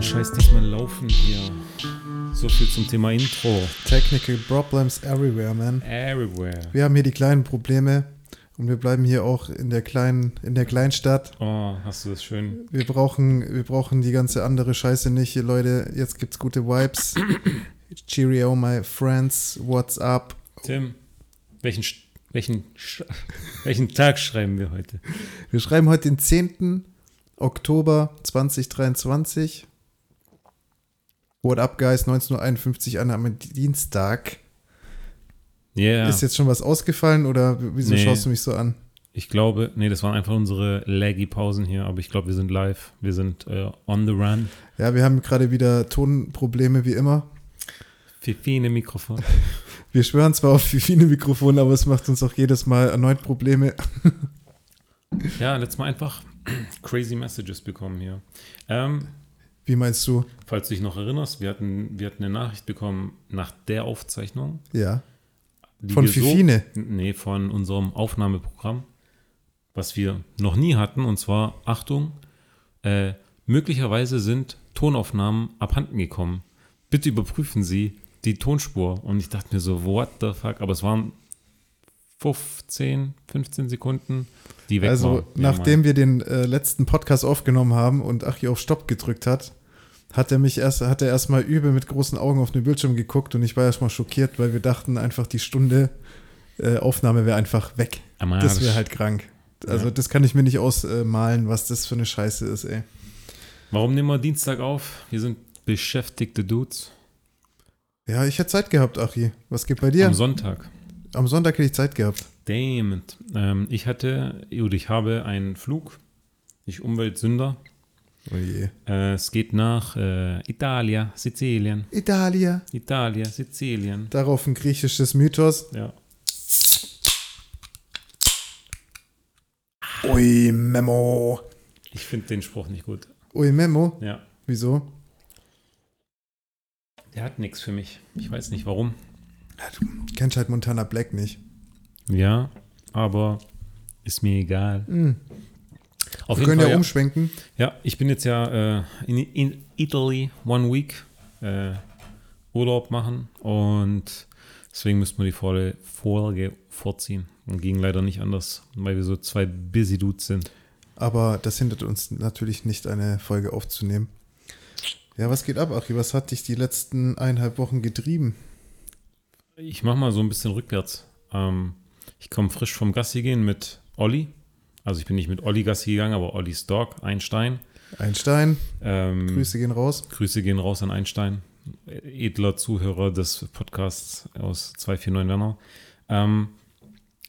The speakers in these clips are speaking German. scheiß Ding mal laufen hier. So viel zum Thema Intro. Technical Problems everywhere, man. Everywhere. Wir haben hier die kleinen Probleme und wir bleiben hier auch in der kleinen, in der Kleinstadt. Oh, hast du das schön. Wir brauchen, wir brauchen die ganze andere Scheiße nicht. Hier, Leute, jetzt gibt's gute Vibes. Cheerio, my friends. What's up? Tim, welchen, Sch- welchen, Sch- welchen Tag schreiben wir heute? Wir schreiben heute den 10. Oktober 2023. What up, guys? 19.51 Uhr an am Dienstag. Yeah. Ist jetzt schon was ausgefallen oder wieso Nee. schaust du mich so an? Ich glaube, nee, das waren einfach unsere laggy Pausen hier, aber ich glaube, wir sind live. Wir sind äh, on the run. Ja, wir haben gerade wieder Tonprobleme wie immer. Fifi in dem Mikrofon. Wir schwören zwar auf viele Mikrofone, aber es macht uns auch jedes Mal erneut Probleme. Ja, letztes Mal einfach crazy Messages bekommen hier. Ähm, Wie meinst du? falls du dich noch erinnerst, wir hatten, wir hatten eine Nachricht bekommen nach der Aufzeichnung. Ja. die Von wir so- Fifine? nee, von unserem Aufnahmeprogramm, was wir noch nie hatten. Und zwar, Achtung, äh, möglicherweise sind Tonaufnahmen abhanden gekommen. Bitte überprüfen Sie die Tonspur. Und ich dachte mir so, what the fuck? Aber es waren 15, 15 Sekunden, die weg also, waren. Ja, nachdem Mann. wir den äh, letzten Podcast aufgenommen haben und Achi auf Stopp gedrückt hat, hat er mich erst, hat er erstmal übel mit großen Augen auf den Bildschirm geguckt und ich war erstmal schockiert, weil wir dachten einfach, die Stunde äh, Aufnahme wäre einfach weg. Am Arsch. Das wäre halt krank. Also, Ja. das kann ich mir nicht ausmalen, was das für eine Scheiße ist, ey. Warum nehmen wir Dienstag auf? Wir sind beschäftigte Dudes. Ja, ich hätte Zeit gehabt, Achi. Was geht bei dir? Am Am, Sonntag. Sonntag hätte ich Zeit gehabt. Damn it. Ähm, ich hatte, oder ich habe einen Flug. Ich Umweltsünder. Oh je. Äh, es geht nach äh, Italia, Sizilien. Italia. Italia, Sizilien. Darauf ein griechisches Mythos. Ja. Ui, Memo. Ich finde den Spruch nicht gut. Ui, Memo. Ja. Wieso? Der hat nichts für mich. Ich weiß nicht warum. Kennst halt Montana Black nicht. Ja, aber ist mir egal. Auf Hm. Wir jeden können Fall, ja ja, umschwenken. ja, ich bin jetzt ja äh, in, in Italy one week äh, Urlaub machen und deswegen müssten wir die Folge, Folge vorziehen. Und ging leider nicht anders, weil wir so zwei busy Dudes sind. Aber das hindert uns natürlich nicht, eine Folge aufzunehmen. Ja, was geht ab, Achi? Was hat dich die letzten eineinhalb Wochen getrieben? Ich mache mal so ein bisschen rückwärts. Ähm, ich komme frisch vom Gassi gehen mit Olli. Also ich bin nicht mit Olli Gassi gegangen, aber Ollis Dog, Einstein. Einstein, Ähm, Grüße gehen raus. Grüße gehen raus an Einstein, edler Zuhörer des Podcasts aus 249 Werner. Ähm,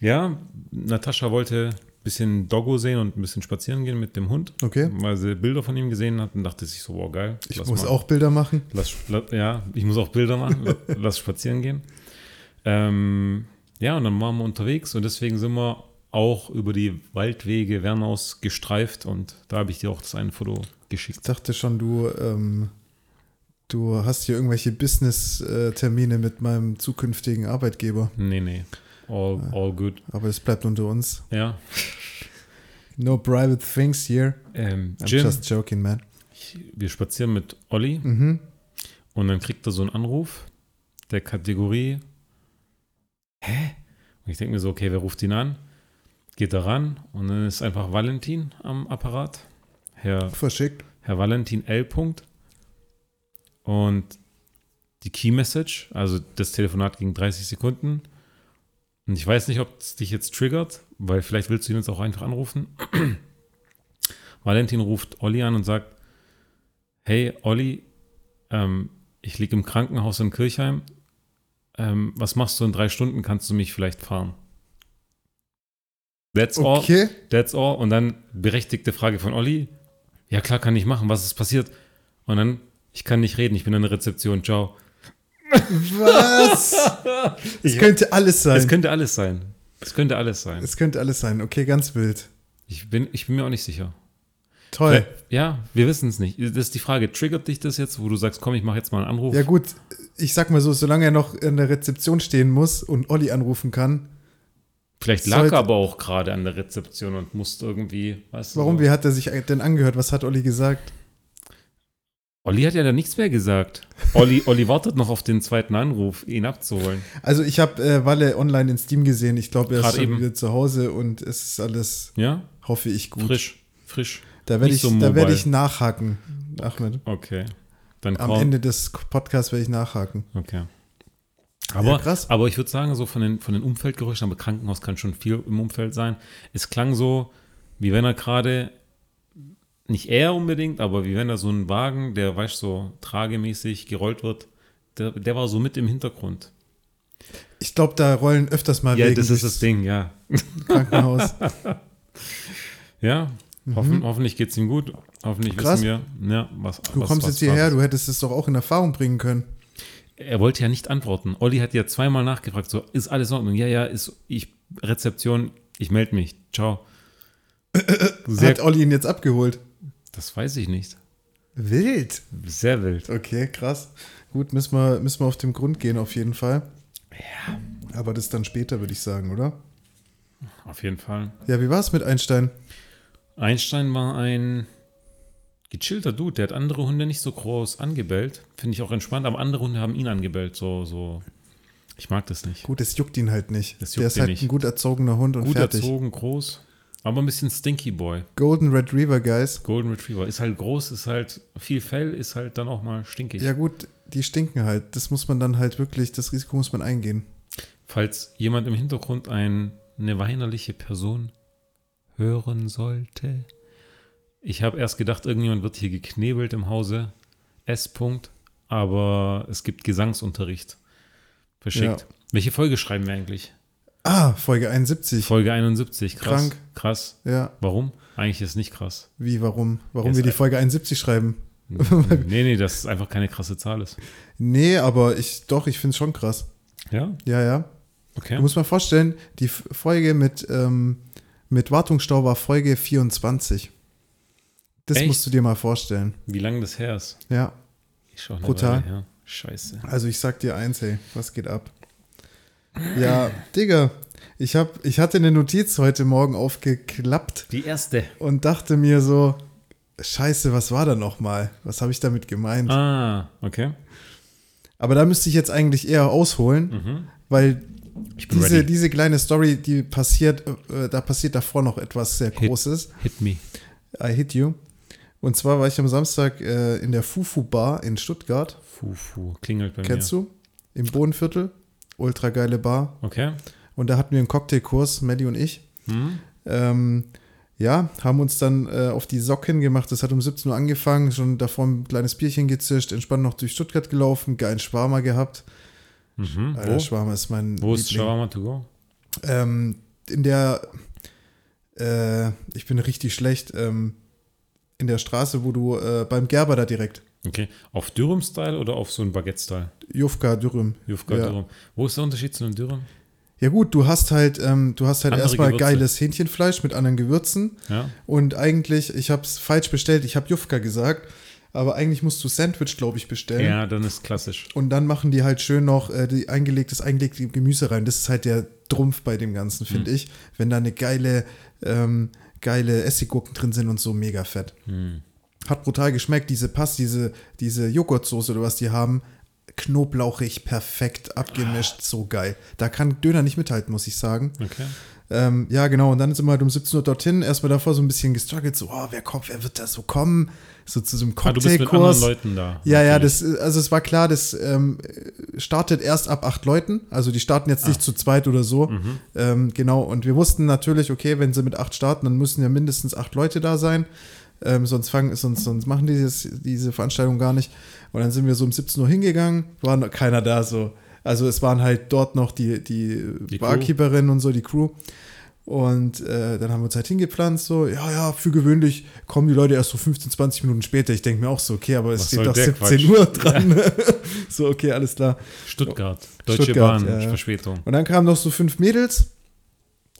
ja, Natascha wollte ein bisschen Doggo sehen und ein bisschen spazieren gehen mit dem Hund, Okay. weil sie Bilder von ihm gesehen hat und dachte sich so, wow, geil. Ich Hm, lass muss mal- auch Bilder machen. Lass, la- ja, ich muss auch Bilder machen. la- lass spazieren gehen. Ähm, ja, und dann waren wir unterwegs und deswegen sind wir auch über die Waldwege Wernaus gestreift und da habe ich dir auch das eine Foto Ich geschickt. dachte schon, du, ähm, du hast hier irgendwelche Business-Termine mit meinem zukünftigen Arbeitgeber. Nee, nee. All, Ah. all good. Aber es bleibt unter uns. Ja. No private things here. Ähm, I'm Jim, just joking, man. ich, wir spazieren mit Olli Mhm. und dann kriegt er so einen Anruf der Kategorie. Hä? Und ich denke mir so, okay, wer ruft ihn an? Geht da ran und dann ist einfach Valentin am Apparat. Herr Verschickt. Herr Valentin L. Punkt. Und die Key Message, also das Telefonat ging 30 Sekunden. Und ich weiß nicht, ob es dich jetzt triggert, weil vielleicht willst du ihn jetzt auch einfach anrufen. Valentin ruft Olli an und sagt: Hey Olli, ähm, ich liege im Krankenhaus in Kirchheim. Ähm, was machst du in drei Stunden? Kannst du mich vielleicht fahren? That's all. Okay. That's all. Und dann berechtigte Frage von Olli. Ja, klar, kann ich machen. Was ist passiert? Und dann, ich kann nicht reden. Ich bin an der Rezeption. Ciao. Was? es könnte alles sein. Es Es könnte, könnte alles sein. Es könnte alles sein. alles sein. Okay, ganz wild. Ich bin, ich bin mir auch nicht sicher. Äh, Toll. Ja, wir wissen es nicht. Das ist die Frage. Triggert dich das jetzt, wo du sagst, komm, ich mache jetzt mal einen Anruf? Ja gut, ich sag mal so, solange er noch in der Rezeption stehen muss und Olli anrufen kann. Vielleicht lag sollte- er aber auch gerade an der Rezeption und musste irgendwie, weißt du. Warum? so. Wie hat er sich denn angehört? Was hat Olli gesagt? Olli hat ja da nichts mehr gesagt. Olli, Olli wartet noch auf den zweiten Anruf, ihn abzuholen. Also ich habe äh, Walle online in Steam gesehen. Ich glaube, er ist Gerade schon eben. wieder zu Hause und es ist alles, Ja? hoffe ich, gut. Frisch, frisch. Da werde Nicht ich, so da werd mobile. ich nachhaken, Ahmed. Okay. Dann Am kaum- Ende des Podcasts werde ich nachhaken. Okay. Aber, krass. aber ich würde sagen, so von den, von den Umfeldgeräuschen, aber Krankenhaus kann schon viel im Umfeld sein. Es klang so, wie wenn er gerade, nicht er unbedingt, aber wie wenn da so ein Wagen, der, weißt du, so tragemäßig gerollt wird, der, der war so mit im Hintergrund. Ich glaube, da rollen öfters mal Ja, Wegen das ist durchs das Ding, ja. Krankenhaus. Ja, hoffen, hoffentlich geht es ihm gut. Hoffentlich Mhm. Krass. wissen wir, ja, was Du was, kommst was, jetzt hierher, was. du hättest es doch auch in Erfahrung bringen können. Er wollte ja nicht antworten. Olli hat ja zweimal nachgefragt, so, ist alles in Ordnung? Ja, ja, ist, ich, Rezeption, ich melde mich. Ciao. Sehr, Hat Olli ihn jetzt abgeholt? das weiß ich nicht. Wild. Sehr wild. Okay, krass. Gut, müssen wir, müssen wir auf den Grund gehen auf jeden Fall. Ja. Aber das dann später, würde ich sagen, oder? Auf jeden Fall. Ja, wie war es mit Einstein? Einstein war ein gechillter Dude. Der hat andere Hunde nicht so groß angebellt. Finde ich auch entspannt, aber andere Hunde haben ihn angebellt. So, so. Ich mag das nicht. Gut, es juckt ihn halt nicht. Das juckt Der ist ihn halt nicht. ein gut erzogener Hund und Gut fertig. erzogen, groß, aber ein bisschen stinky boy. Golden Red Reaver, Guys. Golden Retriever. Ist halt groß, ist halt viel Fell, ist halt dann auch mal stinkig. Ja gut, die stinken halt. Das muss man dann halt wirklich, das Risiko muss man eingehen. Falls jemand im Hintergrund ein, eine weinerliche Person hören sollte. Ich habe erst gedacht, irgendjemand wird hier geknebelt im Hause. S. -Punkt. Aber es gibt Gesangsunterricht verschickt. Ja. Welche Folge schreiben wir eigentlich? Ah, Folge 71. Folge 71. Krass. Krank. Krass. ja, Warum? Eigentlich ist nicht krass. wie, warum? Warum Jetzt wir die ein- Folge 71 schreiben? nee, nee, dass es einfach keine krasse Zahl ist. Nee, aber ich, doch, ich finde es schon krass. Ja, Ja, ja. okay. Du musst mal vorstellen, die F- Folge mit, ähm, mit Wartungsstau war Folge 24. Das Echt? musst du dir mal vorstellen. Wie lange das her ist? Ja, Ich schaue eine Weile Brutal. her. Scheiße. also ich sag dir eins, hey, was geht ab? Ja, Digga, ich, hab, ich hatte eine Notiz heute Morgen aufgeklappt Die erste. und dachte mir so, scheiße, was war da nochmal? Was habe ich damit gemeint? Ah, okay. Aber da müsste ich jetzt eigentlich eher ausholen, weil Mhm. Ich bin diese, ready. diese kleine Story, die passiert, äh, da passiert davor noch etwas sehr Hit. Großes. Hit me. I hit you. Und zwar war ich am Samstag äh, in der Fufu Bar in Stuttgart. Fufu, klingelt bei Kennst mir. du? Im Bodenviertel. Ultra geile Bar. du? Okay. Und da hatten wir einen Cocktailkurs, Melly und ich. Hm? Ähm, ja, haben uns dann äh, auf die Socken gemacht. Das hat um 17 Uhr angefangen. Schon davor ein kleines Bierchen gezischt, entspannt noch durch Stuttgart gelaufen, geilen Schwarmer gehabt. Mhm. Alter, Wo, Schwarmer ist mein wo ist Shawarma to go? Ähm, in der, äh, ich bin richtig schlecht, ähm, in der Straße, wo du äh, beim Gerber da direkt, Okay. Auf Dürüm-Style oder auf so ein Baguette-Style? Jufka Dürüm. Jufka Ja. Dürüm. Wo ist der Unterschied zu einem Dürüm? Ja gut, du hast halt, ähm, du hast halt Andere erstmal Gewürze. geiles Hähnchenfleisch mit anderen Gewürzen Ja. und eigentlich, ich habe es falsch bestellt, ich habe Jufka gesagt, aber eigentlich musst du Sandwich, glaube ich, bestellen. ja, dann ist klassisch. Und dann machen die halt schön noch äh, die eingelegtes, eingelegte Gemüse rein. Das ist halt der Trumpf bei dem Ganzen, finde Hm. ich. Wenn da eine geile, ähm, geile Essiggurken drin sind und so mega fett. Hm. Hat brutal geschmeckt. Diese Pass, diese, diese Joghurtsoße oder was die haben, knoblauchig, perfekt, abgemischt, so geil. Da kann Döner nicht mithalten, muss ich sagen. Okay. Ähm, ja, genau. Und dann sind wir halt um 17 Uhr dorthin. Erstmal davor so ein bisschen gestruggelt. So, oh, wer kommt, wer wird da so kommen? So zu so einem Ah, du bist mit anderen Cocktailkurs. Leuten da. Ja, ja, Natürlich. das, äh, also es war klar, das ähm, startet erst ab acht Leuten. Also die starten jetzt Ah. nicht zu zweit oder so. Mhm. Ähm, genau, und wir wussten natürlich, okay, wenn sie mit acht starten, dann müssen ja mindestens acht Leute da sein. Ähm, sonst, fangen, sonst, sonst machen die das, diese Veranstaltung gar nicht. Und dann sind wir so um 17 Uhr hingegangen, war noch keiner da so. Also es waren halt dort noch die, die, Die Crew. Barkeeperin und so, die Crew. Und äh, dann haben wir uns halt hingepflanzt, so, ja, ja, für gewöhnlich kommen die Leute erst so 15, 20 Minuten später. Ich denke mir auch so, okay, aber es Was steht soll doch der 17 Quatsch? Uhr dran. so, okay, alles klar. Stuttgart. Deutsche Stuttgart, Bahn. ja, ja. Verspätung. Und dann kamen noch so fünf Mädels.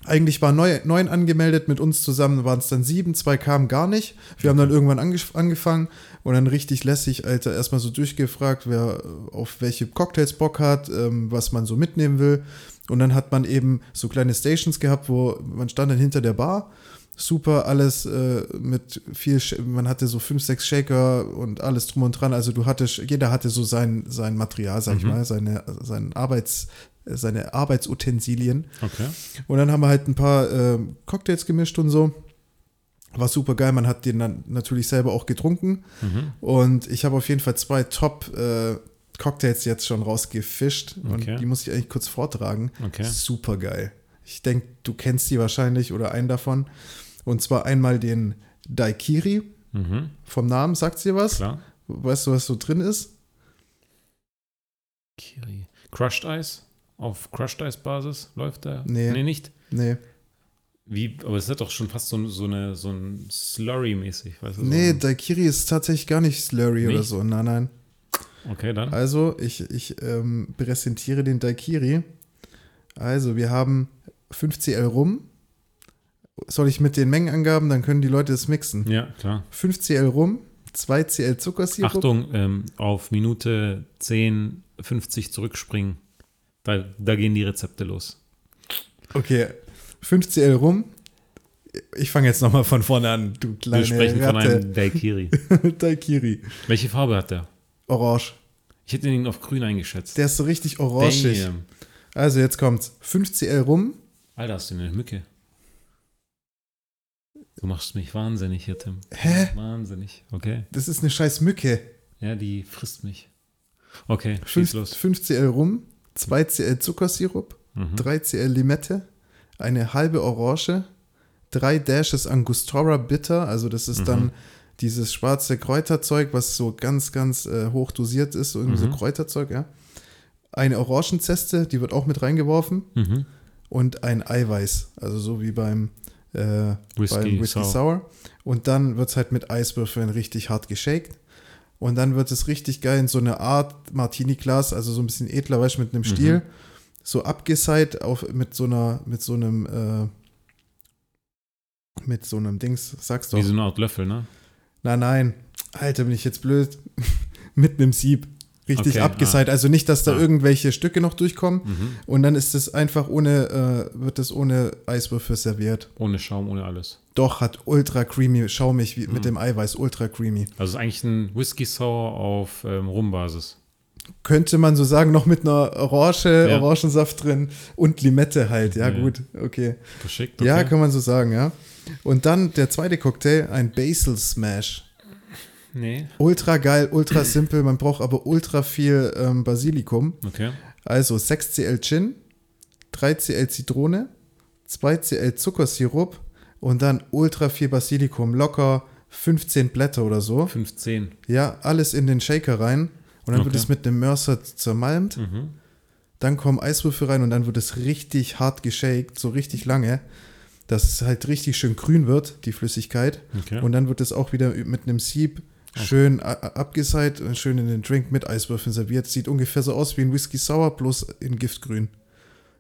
Eigentlich waren neu, neun angemeldet, mit uns zusammen waren es dann sieben, zwei kamen gar nicht. Wir haben dann irgendwann angef- angefangen und dann richtig lässig, Alter, erstmal so durchgefragt, wer äh, auf welche Cocktails Bock hat, ähm, was man so mitnehmen will. Und dann hat man eben so kleine Stations gehabt, wo man stand dann hinter der Bar super, alles äh, mit viel, Sh- man hatte so fünf, sechs Shaker und alles drum und dran. Also du hattest, jeder hatte so sein, sein Material, sag ich Mhm. mal, seine, sein Arbeits, äh, seine Arbeitsutensilien. Okay. Und dann haben wir halt ein paar ähm, Cocktails gemischt und so. War super geil, man hat den dann natürlich selber auch getrunken. Mhm. Und ich habe auf jeden Fall zwei Top-Cocktails jetzt schon rausgefischt. Okay. Und die muss ich eigentlich kurz vortragen. Okay. Super geil. Ich denke, du kennst die wahrscheinlich oder einen davon. Und zwar einmal den Daikiri. Mhm. Vom Namen sagt dir was? Klar. Weißt du, was so drin ist? Kiri. Crushed Ice? Auf Crushed Ice Basis läuft der? Nee. Nee, nicht. Nee. Wie, aber es hat doch schon fast so, so, eine, so ein Slurry-mäßig, weißt du? Nee, So Daikiri ist tatsächlich gar nicht Slurry oder Also Nicht? so. Nein, nein. ein, okay, dann. Also, ich, ich ähm, präsentiere den Daikiri. Also, wir haben 5 CL Rum. Soll ich mit den Mengenangaben, dann können die Leute das mixen. Ja, klar. 5 CL Rum, 2 CL Zuckersirup. Achtung, ähm, auf Minute 10, 50 zurückspringen. Da, da gehen die Rezepte los. Okay, 5 CL Rum. Ich fange jetzt nochmal von vorne an, du Wir kleine sprechen von Ratte. einem Daikiri. Daikiri. Welche Farbe hat der? Orange. Ich hätte ihn auf grün eingeschätzt. Der ist so richtig orangig. Damn. Also, jetzt kommt's. 5 CL Rum. Alter, hast du eine Mücke? Du machst mich wahnsinnig hier, Tim. Hä? Wahnsinnig. Okay. Das ist eine scheiß Mücke. Ja, die frisst mich. Okay, schieß 5, los. 5 CL Rum, 2 CL Zuckersirup. Mhm. 3 CL Limette, eine halbe Orange, 3 Dashes Angostura Bitter, also das ist dann dieses schwarze Kräuterzeug, was so ganz, ganz äh, hoch dosiert ist, so irgendwie so Kräuterzeug, ja. Eine Orangenzeste, die wird auch mit reingeworfen Mhm. und ein Eiweiß, also so wie beim äh, Whisky beim Whisky Sour. Sour. Und dann wird es halt mit Eiswürfeln richtig hart geshaked. Und dann wird es richtig geil in so eine Art Martini-Glas, also so ein bisschen edler, weißt du, mit einem Mhm. Stiel, so abgeseit auf mit so einer, mit so einem, äh, mit so einem Dings, sag's doch. Wie so eine Art Löffel, ne? Nein, nein. Alter, bin ich jetzt blöd. Mit einem Sieb. Richtig Okay, abgeseit. Also nicht, dass da Ah. irgendwelche Stücke noch durchkommen. Mhm. Und dann ist es einfach ohne, äh, wird es ohne Eiswürfel serviert. Ohne Schaum, ohne alles. Doch, hat ultra creamy, schaumig Mhm. wie, mit dem Eiweiß, ultra creamy. Also ist eigentlich ein Whisky Sour auf ähm, Rumbasis. Könnte man so sagen, noch mit einer Orange, Ja. Orangensaft drin und Limette halt. Ja, Ja. gut, okay. Geschickt. Okay. Ja, kann man so sagen, ja. Und dann der zweite Cocktail, ein Basil Smash. Nee. Ultra geil, ultra simpel, man braucht aber ultra viel ähm, Basilikum. Okay. Also 6cl Gin, 3cl Zitrone, 2cl Zuckersirup und dann ultra viel Basilikum. Locker 15 Blätter oder so. 15. Ja, alles in den Shaker rein. Und dann wird Okay. es mit einem Mörser zermalmt. Mhm. Dann kommen Eiswürfel rein und dann wird es richtig hart geshaked, so richtig lange, dass es halt richtig schön grün wird, die Flüssigkeit. Okay. Und dann wird es auch wieder mit einem Sieb schön a- a- abgeseit und schön in den Drink mit Eiswürfeln serviert. Sieht ungefähr so aus wie ein Whisky Sour, bloß in Giftgrün.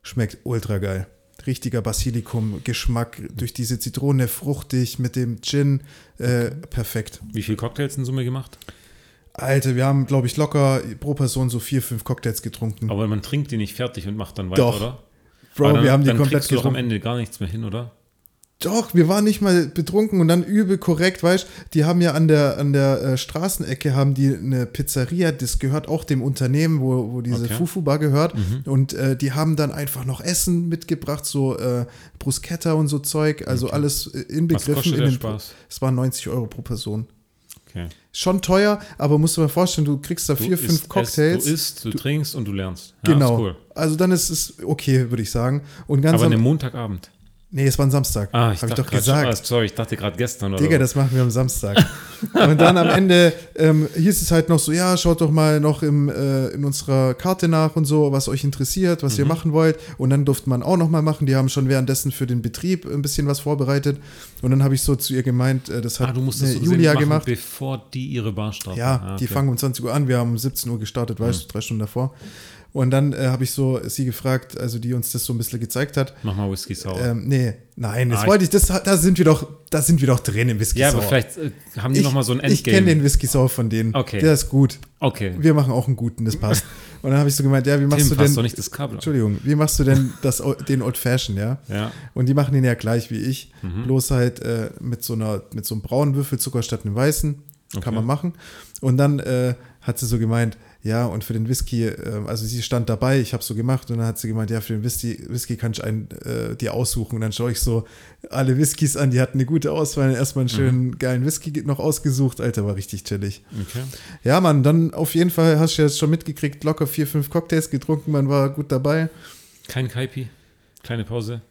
Schmeckt ultra geil. Richtiger Basilikum-Geschmack durch diese Zitrone, fruchtig mit dem Gin. Äh, perfekt. Wie viele Cocktails in Summe gemacht? Alter, wir haben, glaube ich, locker pro Person so vier, fünf Cocktails getrunken. Aber man trinkt die nicht fertig und macht dann weiter, Doch. oder? Bro, Aber dann, wir haben die dann komplett kriegst du doch am getrunken. Ende gar nichts mehr hin, oder? Doch, wir waren nicht mal betrunken und dann übel korrekt, weißt Die haben ja an der, an der äh, Straßenecke haben die eine Pizzeria, das gehört auch dem Unternehmen, wo, wo diese Okay. Mhm. Fufu-Bar gehört. Und äh, die haben dann einfach noch Essen mitgebracht, so äh, Bruschetta und so Zeug, also alles äh, Was inbegriffen. kostet in der den- Spaß? Es waren 90 Euro pro Person. Okay. Schon teuer, aber musst du dir mal vorstellen, du kriegst da Du vier, isst, fünf esst, Cocktails. Du isst, du, trinkst und du lernst. Ja, genau. Ist cool. Also dann ist es okay, würde ich sagen. Und ganz Aber an einem am, Montagabend. Nee, es war ein Samstag. Ah, ich Hab ich dachte doch grad- gesagt. Ah, sorry, ich dachte gerade gestern oder Digga, so. das machen wir am Samstag. und dann am Ende ähm, hieß es halt noch so, ja, schaut doch mal noch im, äh, in unserer Karte nach und so, was euch interessiert, was ihr Mhm. machen wollt. Und dann durfte man auch noch mal machen. Die haben schon währenddessen für den Betrieb ein bisschen was vorbereitet. Und dann habe ich so zu ihr gemeint, äh, das hat ah, du musst eine das so gesehen Julia machen, gemacht. bevor die ihre Bar starten. Ja, ah, okay. die Mhm. fangen um 20 Uhr an. Wir haben um 17 Uhr gestartet, weißt du, drei Stunden davor. Und dann äh, habe ich so sie gefragt, also die uns das so ein bisschen gezeigt hat. Mach mal Whisky sauer. Ähm, nee, nein, das Ah, wollte ich, das, da sind wir doch, da sind wir doch drin im Whisky ja, aber Sour. vielleicht äh, haben die ich, nochmal so ein Endgame. ich kenne den Whisky Sour von denen. Okay. Der ist gut. Okay. Wir machen auch einen guten, das passt. Und dann habe ich so gemeint, ja, wie machst Tim, du denn passt doch nicht das Kabel. an. Entschuldigung, wie machst du denn das, den Old Fashion, ja? Ja. Und die machen den ja gleich wie ich, bloß halt äh, mit, so einer, mit so einem braunen Würfelzucker statt einem weißen. Okay. Kann man machen. Und dann äh, hat sie so gemeint, ja, und für den Whisky, äh, also sie stand dabei, ich habe so gemacht und dann hat sie gemeint, ja, für den Whisky, Whisky kann ich einen, äh, dir aussuchen. Und dann schaue ich so alle Whiskys an, die hatten eine gute Auswahl, erstmal einen schönen geilen Whisky noch ausgesucht. Alter, war richtig chillig. Okay. Ja, Mann, dann auf jeden Fall hast du jetzt schon mitgekriegt, locker vier, fünf Cocktails getrunken, man war gut dabei. Kein Kaipi. Kleine Pause.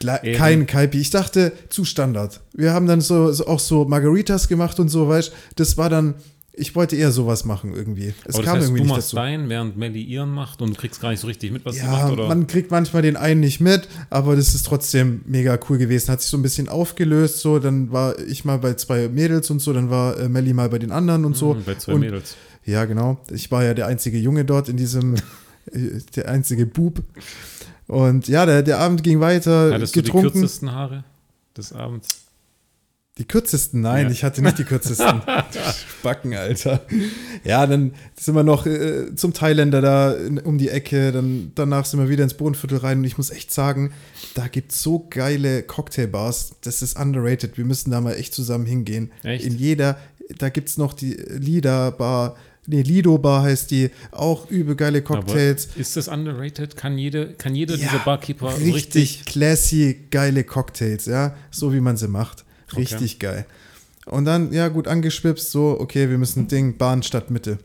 Kle Eben. Kein Kaipi. Ich dachte, zu Standard. Wir haben dann so, so auch so Margaritas gemacht und so, weißt Das war dann, ich wollte eher sowas machen irgendwie. Es Aber das kam heißt, irgendwie du nicht machst dazu. dein, während Melly ihren macht und du kriegst gar nicht so richtig mit, was sie Ja, macht, oder? Hm, man kriegt manchmal den einen nicht mit, aber das ist trotzdem mega cool gewesen. Hat sich so ein bisschen aufgelöst, so. Dann war ich mal bei zwei Mädels und so, dann war äh, Melli mal bei den anderen und so. Hm, Bei zwei und, Mädels. Ja, genau. Ich war ja der einzige Junge dort in diesem, äh, der einzige Bub. Und ja, der, der Abend ging weiter. Hattest du die getrunken. kürzesten Haare des Abends? Die kürzesten? Nein, Ja. ich hatte nicht die kürzesten. Backen, Alter. Ja, dann sind wir noch äh, zum Thailänder da in, um die Ecke, dann danach sind wir wieder ins Bodenviertel rein und ich muss echt sagen, da gibt es so geile Cocktailbars, das ist underrated. Wir müssen da mal echt zusammen hingehen. Echt? In jeder, da gibt es noch die Lida Bar, nee, Lido Bar heißt die, auch übel geile Cocktails. Aber ist das underrated? Kann, jede, kann jeder Ja, dieser Barkeeper so richtig, richtig classy, geile Cocktails, ja, so wie man sie macht. Richtig geil. Und dann, ja, gut angeschwipst, so, okay, wir müssen Ding, Bahn statt Mitte.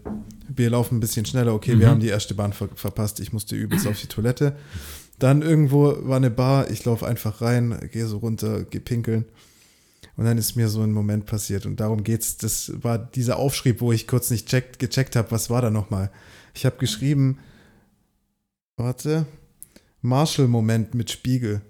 Wir laufen ein bisschen schneller, okay, Mhm. wir haben die erste Bahn ver verpasst, ich musste übelst auf die Toilette. Dann irgendwo war eine Bar, ich laufe einfach rein, gehe so runter, geh pinkeln. Und dann ist mir so ein Moment passiert und darum geht's. Das war dieser Aufschrieb, wo ich kurz nicht checkt, gecheckt habe, was war da nochmal. Ich habe geschrieben, warte, Marshall-Moment mit Spiegel.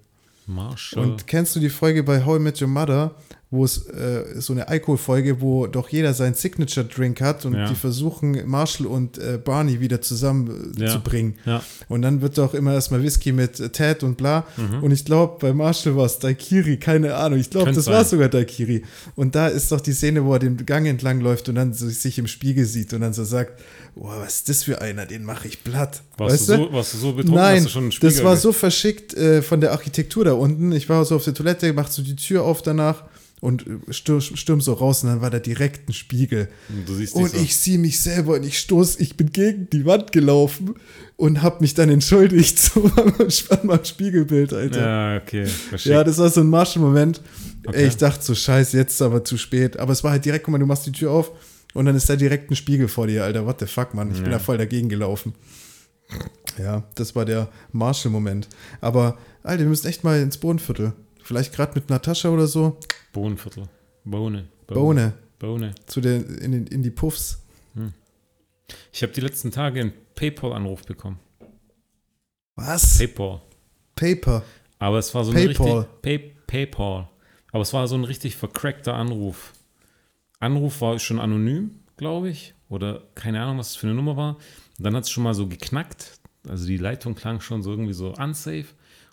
Marshall. Und kennst du die Folge bei How I Met Your Mother, wo es äh, so eine Alkoholfolge, wo doch jeder seinen Signature-Drink hat und Ja. die versuchen, Marshall und äh, Barney wieder zusammenzubringen? Äh, Ja. zu bringen. ja, Und dann wird doch immer erstmal Whisky mit äh, Ted und bla. Und ich glaube, bei Marshall war es Daikiri, keine Ahnung. Ich glaube, Mhm. Könnte das war sein. sogar Daikiri. Und da ist doch die Szene, wo er den Gang entlang läuft und dann so, sich im Spiegel sieht und dann so sagt, oh, was ist das für einer, den mache ich platt. warst, weißt du du? so, warst du so betrunken, Nein, dass du schon einen Spiegel das war so verschickt äh, von der Architektur da unten. Ich war so auf der Toilette, mach so die Tür auf danach und äh, stürm, stürm so raus und dann war da direkt ein Spiegel. Du siehst dich Und so. ich sehe mich selber und ich stoß, ich bin gegen die Wand gelaufen und habe mich dann entschuldigt so an meinem- an meinem Spiegelbild, Alter. Ja. Ja, okay. Verschickt. Ja, das war so ein Marschmoment. Okay. Ey, Ich dachte so, scheiße, jetzt ist aber zu spät. Aber es war halt direkt, guck mal, du machst die Tür auf und dann ist da direkt ein Spiegel vor dir, Alter. What the fuck, Mann? Ich bin da voll dagegen gelaufen. Ja, das war der Marshall-Moment. Aber, Alter, wir müssen echt mal ins Bohnenviertel. Vielleicht gerade mit Natascha oder so. Bohnenviertel. Bohne. Bohne. Bohne. Zu den, in, den, in die Puffs. Ich habe die letzten Tage einen PayPal-Anruf bekommen. Was? PayPal. Paper. Aber es war so ein PayPal. richtig Pay, PayPal. Aber es war so ein richtig vercrackter Anruf. Anruf war schon anonym, glaube ich, oder keine Ahnung, was es für eine Nummer war. Und dann hat es schon mal so geknackt. Also die Leitung klang schon so irgendwie so unsafe.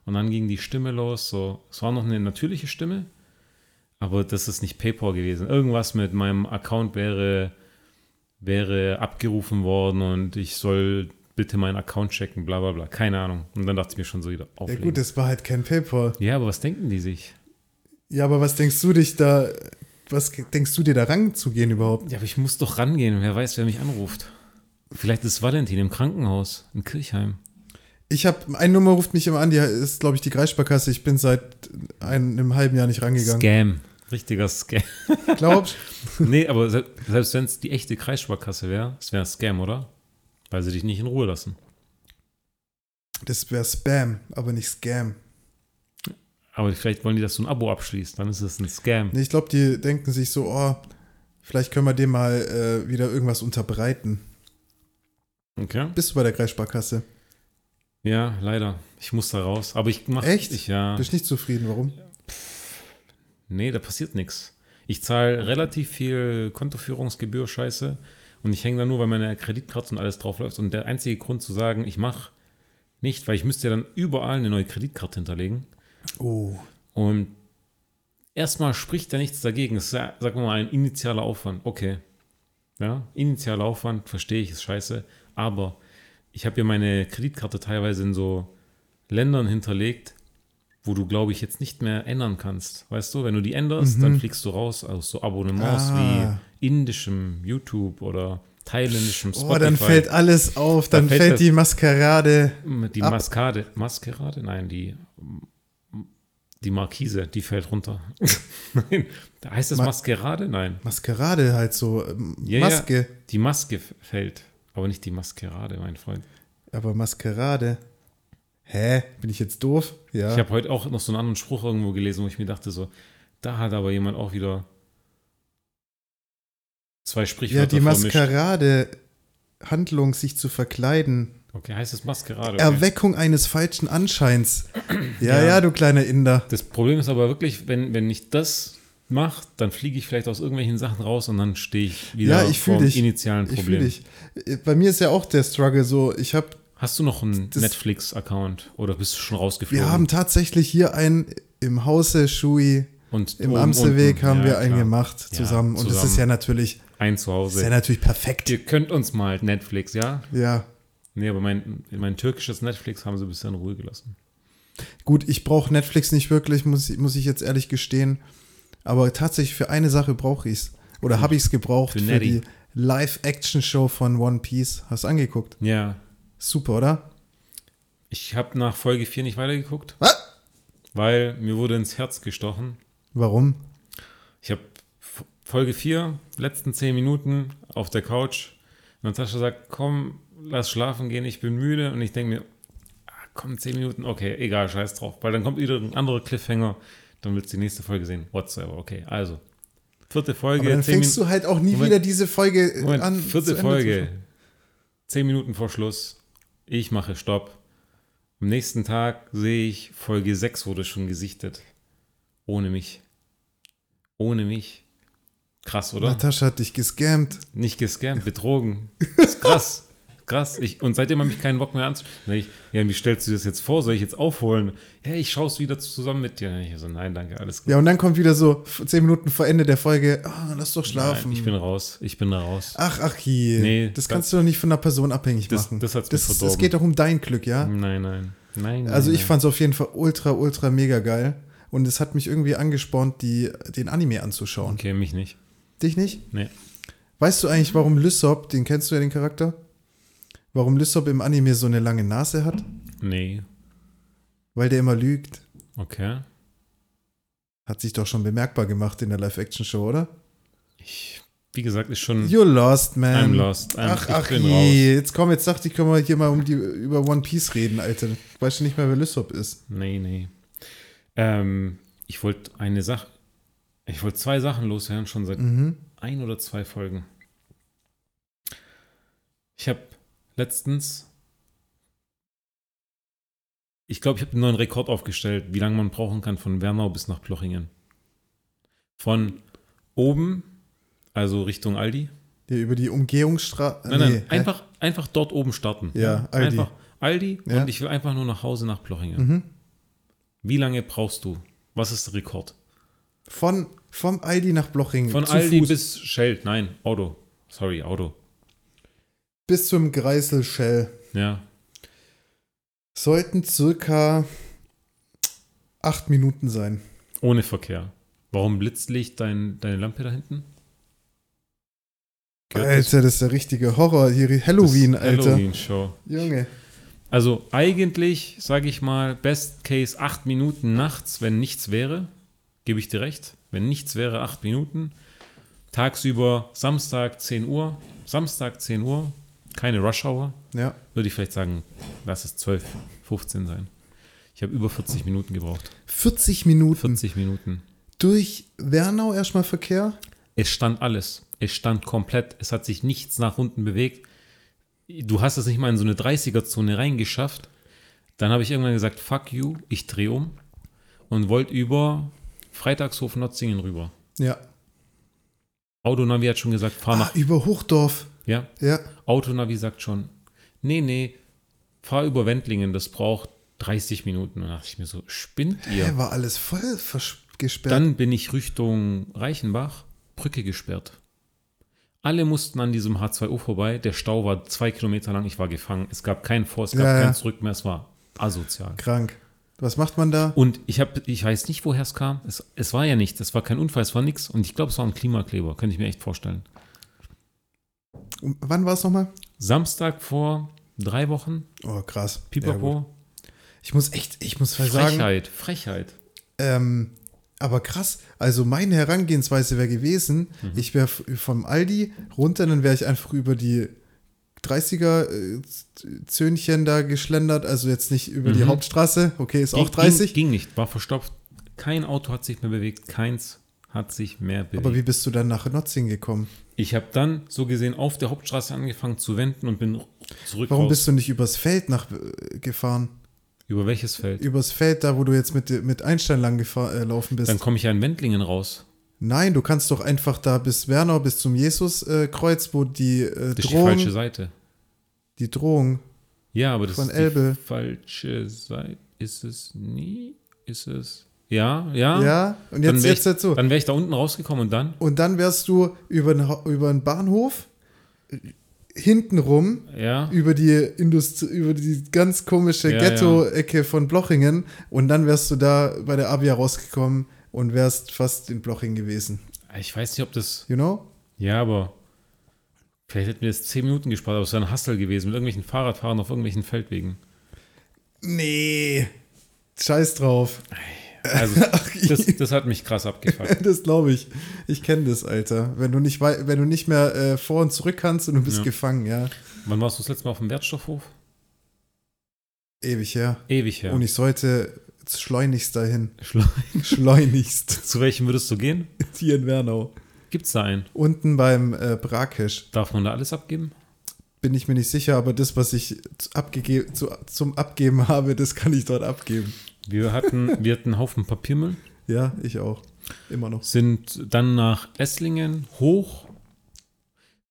Und dann ging die Stimme los. So, es war noch eine natürliche Stimme, aber das ist nicht PayPal gewesen. Irgendwas mit meinem Account wäre wäre abgerufen worden und ich soll bitte meinen Account checken, bla bla bla. Keine Ahnung. Und dann dachte ich mir schon so wieder Ja auflegen. gut, das war halt kein Paper. Ja, aber was denken die sich? Ja, aber was denkst du dich da, was denkst du dir da ranzugehen überhaupt? Ja, aber ich muss doch rangehen. Wer weiß, wer mich anruft. Vielleicht ist Valentin im Krankenhaus in Kirchheim. Ich habe, eine Nummer ruft mich immer an, die ist, glaube ich, die Kreissparkasse. Ich bin seit einem halben Jahr nicht rangegangen. Scam. Richtiger Scam. Glaubst nee, aber se- selbst wenn es die echte Kreissparkasse wäre, es wäre Scam, oder? Weil sie dich nicht in Ruhe lassen. Das wäre Spam, aber nicht Scam. Aber vielleicht wollen die, dass du ein Abo abschließt. Dann ist es ein Scam. Nee, Ich glaube, die denken sich so, oh, vielleicht können wir dem mal äh, wieder irgendwas unterbreiten. Okay. Bist du bei der Kreissparkasse? Ja, leider. Ich muss da raus. Aber ich mache. Echt? Ich, ja. Bist nicht zufrieden, warum? Nee, da passiert nichts. Ich zahle relativ viel Kontoführungsgebühr, Scheiße. Und ich hänge da nur, weil meine Kreditkarte und alles drauf läuft. Und der einzige Grund zu sagen, ich mache nicht, weil ich müsste ja dann überall eine neue Kreditkarte hinterlegen. Oh. Und erstmal spricht da nichts dagegen. Es ist, ja, sagen wir mal, ein initialer Aufwand. Okay. Ja, initialer Aufwand, verstehe ich, ist scheiße. Aber ich habe ja meine Kreditkarte teilweise in so Ländern hinterlegt, wo du, glaube ich, jetzt nicht mehr ändern kannst. Weißt du, wenn du die änderst, dann fliegst du raus aus so Abonnements Mhm. Ah. wie indischem YouTube oder thailändischem Spotify. Oh, dann fällt alles auf, dann fällt fällt, das- die Maskerade. die ab. Maskade, Maskerade? Nein, die, die Markise, die fällt runter. Nein, da heißt es Ma- Maskerade? Nein. Maskerade halt so. ähm, Ja, ja. Maske. Die Maske f- fällt, aber nicht die Maskerade, mein Freund. Aber Maskerade. Hä? Bin ich jetzt doof? Ja. Ich habe heute auch noch so einen anderen Spruch irgendwo gelesen, wo ich mir dachte, so, da hat aber jemand auch wieder zwei ja, Sprichwörter die vermischt. Maskerade. Handlung, sich zu verkleiden. Okay, heißt es Maskerade. Okay. Erweckung eines falschen Anscheins. Ja, Ja. ja, du kleiner Inder. Das Problem ist aber wirklich, wenn, wenn ich das mache, dann fliege ich vielleicht aus irgendwelchen Sachen raus und dann stehe ich wieder Ja, ich vor fühle dich. initialen Ich Problem. fühle dich. Äh, Bei mir ist ja auch der Struggle so, ich habe Hast du noch einen Das- Netflix-Account oder bist du schon rausgeflogen? Wir haben tatsächlich hier einen im Hause Schui. und Im oben, Amstelweg unten. haben Ja, wir einen klar. gemacht Ja, zusammen. und das ist zusammen. ja natürlich, ein zu ist ja Hause. natürlich perfekt. Ihr könnt uns mal Netflix, ja? Ja. Nee, aber mein, mein türkisches Netflix haben sie bisher in Ruhe gelassen. Gut, ich brauche Netflix nicht wirklich, muss, ich- muss ich jetzt ehrlich gestehen. Aber tatsächlich für eine Sache brauche ich es. Oder habe ich es gebraucht für für, Netty. die Live-Action-Show von One Piece. Hast du angeguckt? Ja, Super, oder? ich habe nach Folge 4 nicht weitergeguckt, Ah! weil mir wurde ins Herz gestochen. Warum? Ich habe Folge 4, letzten 10 Minuten auf der Couch. Natascha sagt, komm, lass schlafen gehen, ich bin müde. Und ich denke mir, ah, komm, 10 Minuten, okay, egal, scheiß drauf. Weil dann kommt wieder ein anderer Cliffhanger, dann willst du die nächste Folge sehen. Whatsoever, okay. Also, vierte Aber Folge, dann 10 fängst Minuten. du halt auch nie Moment. wieder diese Folge äh, Moment, an. zu vierte Ende zu Folge, schauen. 10 Minuten vor Schluss, ich mache Stopp. Am nächsten Tag sehe ich, Folge 6 wurde schon gesichtet. Ohne mich. Ohne mich. Krass, oder? Natascha hat dich gescammt. Nicht gescammt, betrogen. Das ist krass. Krass. Ich, und seitdem habe ich keinen Bock mehr anzuschauen. Ich, ja, wie stellst du das jetzt vor? Soll ich jetzt aufholen? Ja, ich schaue es wieder zusammen mit dir. Ich so, nein, danke, alles gut. Ja, und dann kommt wieder so f- zehn Minuten vor Ende der Folge, ah, lass doch schlafen. nein, ich bin raus. Ich bin da raus. Ach, ach, hier. Nee, das das- kannst du doch nicht von einer Person abhängig Das- machen. das hat's mir das, verdorben. das geht doch um dein Glück, ja? Nein, nein. Nein. Also nein, ich fand es auf jeden Fall ultra, ultra mega geil. Und es hat mich irgendwie angespornt, die, den Anime anzuschauen. nein. Okay, mich nicht. Dich nicht? Nee. Weißt du eigentlich, warum Lysop, den kennst du ja, den Charakter? Warum Lysop im Anime so eine lange Nase hat? Nee. Weil der immer lügt. Okay. Hat sich doch schon bemerkbar gemacht in der Live-Action-Show, oder? Ich, wie gesagt, ist schon. You're lost, man. Hm. I'm lost. I'm, ähm, Ach, ich ach, bin raus. je. jetzt komm, jetzt dachte ich, können wir hier mal um die, über One Piece reden, Alter. Weißt du nicht mehr, wer Lysop ist? Nee, nee. Ähm, ich wollte eine Sache. Ich wollte zwei Sachen loswerden, schon seit Mhm. ein oder zwei Folgen. Ich habe letztens, ich glaube, ich habe einen neuen Rekord aufgestellt, wie lange man brauchen kann von Wernau bis nach Plochingen. Von oben, also Richtung Aldi. Ja, über die Umgehungsstraße. Nein, nein, einfach, einfach dort oben starten. Ja, Aldi. Einfach Aldi Ja. und ich will einfach nur nach Hause nach Plochingen. Mhm. Wie lange brauchst du? Was ist der Rekord? Von, vom Aldi nach Blochingen. Von zu Aldi Fuß, bis Shell, nein, Auto. Sorry, Auto. bis zum Greisel Shell Ja, sollten circa acht Minuten sein. Ohne Verkehr. Warum blitzlicht dein, deine Lampe da hinten? Gehört das- Alter, das ist der richtige Horror. Hier das Äh, Halloween, Alter. Halloween-Show. Junge. Also eigentlich, sage ich mal, Best Case 8 Minuten nachts, wenn nichts wäre. Gebe ich dir recht. Wenn nichts wäre, 8 Minuten. Tagsüber Samstag 10 Uhr. Samstag 10 Uhr. Keine Rush Hour. Ja. Würde ich vielleicht sagen, lass es 12, 15 sein. Ich habe über 40 Minuten gebraucht. 40 Minuten 40 Minuten. durch Wernau erstmal Verkehr. Es stand alles. Es stand komplett. Es hat sich nichts nach unten bewegt. Du hast es nicht mal in so eine 30er-Zone reingeschafft. Dann habe ich irgendwann gesagt, fuck you, ich drehe um und wollte über Freitagshof Notzingen rüber. Ja. Autonavi hat schon gesagt, fahr Ah, nach, über Hochdorf. Ja, Ja, Autonavi sagt schon, nee, nee, fahr über Wendlingen, das braucht 30 Minuten. Und da dachte ich mir so, spinnt ihr? Hä, war alles voll versch- gesperrt. Dann bin ich Richtung Reichenbach, Brücke gesperrt. Alle mussten an diesem H2O vorbei. Der Stau war zwei Kilometer lang. Ich war gefangen. Es gab keinen Vor, es gab Ja, ja. kein Zurück mehr. Es war asozial. Krank. Was macht man da? Und ich habe, ich weiß nicht, woher es kam. Es, es war ja nichts. Es war kein Unfall, es war nichts. Und ich glaube, es war ein Klimakleber. Könnte ich mir echt vorstellen. Und wann war es nochmal? Samstag vor drei Wochen, Oh, krass. Ja, gut. Pipapo. ich muss echt, ich muss mal sagen, Frechheit, Frechheit. ähm, aber krass, also meine Herangehensweise wäre gewesen, Mhm. ich wäre f- vom Aldi runter, dann wäre ich einfach über die 30er-Zöhnchen da geschlendert, also jetzt nicht über die Mhm. Hauptstraße, okay, ist auch Ging- 30, Ging, ging nicht, war verstopft. Kein Auto hat sich mehr bewegt, keins hat sich mehr bewegt. aber wie bist du dann nach Notzing gekommen? ich habe dann so gesehen auf der Hauptstraße angefangen zu wenden und bin zurück Warum raus. bist du nicht übers Feld nach äh, gefahren? über welches Feld? Übers Feld, da wo du jetzt mit, mit Einstein lang gefahr, äh, laufen bist. Dann komme ich ja in Wendlingen raus. Nein, du kannst doch einfach da bis Wernau, bis zum Jesus-Kreuz, wo die, äh, Das ist die falsche Drohung, Seite. die Drohung, Ja, aber das Von ist Elbe. die falsche Seite. Ist es nie? Ist es? Ja, ja. ja, Ah. und Dann jetzt, wär jetzt ich, dazu. Dann wäre ich da unten rausgekommen und dann? Und dann wärst du über den, Ho- über den Bahnhof, hintenrum, Ja. über die Industrie, über die ganz komische Ja, Ghetto-Ecke von Blochingen und dann wärst du da bei der Abia rausgekommen und wärst fast in Blochingen gewesen. Ich weiß nicht, ob das. You know? Ja, aber vielleicht hätten wir jetzt zehn Minuten gespart, aber es wäre ein Hassel gewesen mit irgendwelchen Fahrradfahrern auf irgendwelchen Feldwegen. Nee. Scheiß drauf. Also, das, das hat mich krass abgefuckt. Das glaube ich. Ich kenne das, Alter. Wenn du nicht, wei- wenn du nicht mehr äh, vor und zurück kannst und du bist Ja. gefangen, ja. Wann warst du das letzte Mal auf dem Wertstoffhof? Ewig her. Ewig her. Und ich sollte schleunigst dahin. Schlo- Schleunigst. Zu welchem würdest du gehen? Hier in Wernau. Gibt's da einen? Unten beim äh, Brakisch. Darf man da alles abgeben? Bin ich mir nicht sicher, aber das, was ich zu- abgege- zu, zum Abgeben habe, das kann ich dort abgeben. Wir hatten, wir hatten einen Haufen Papiermüll, Ja, ich auch. Immer noch. sind dann nach Esslingen hoch,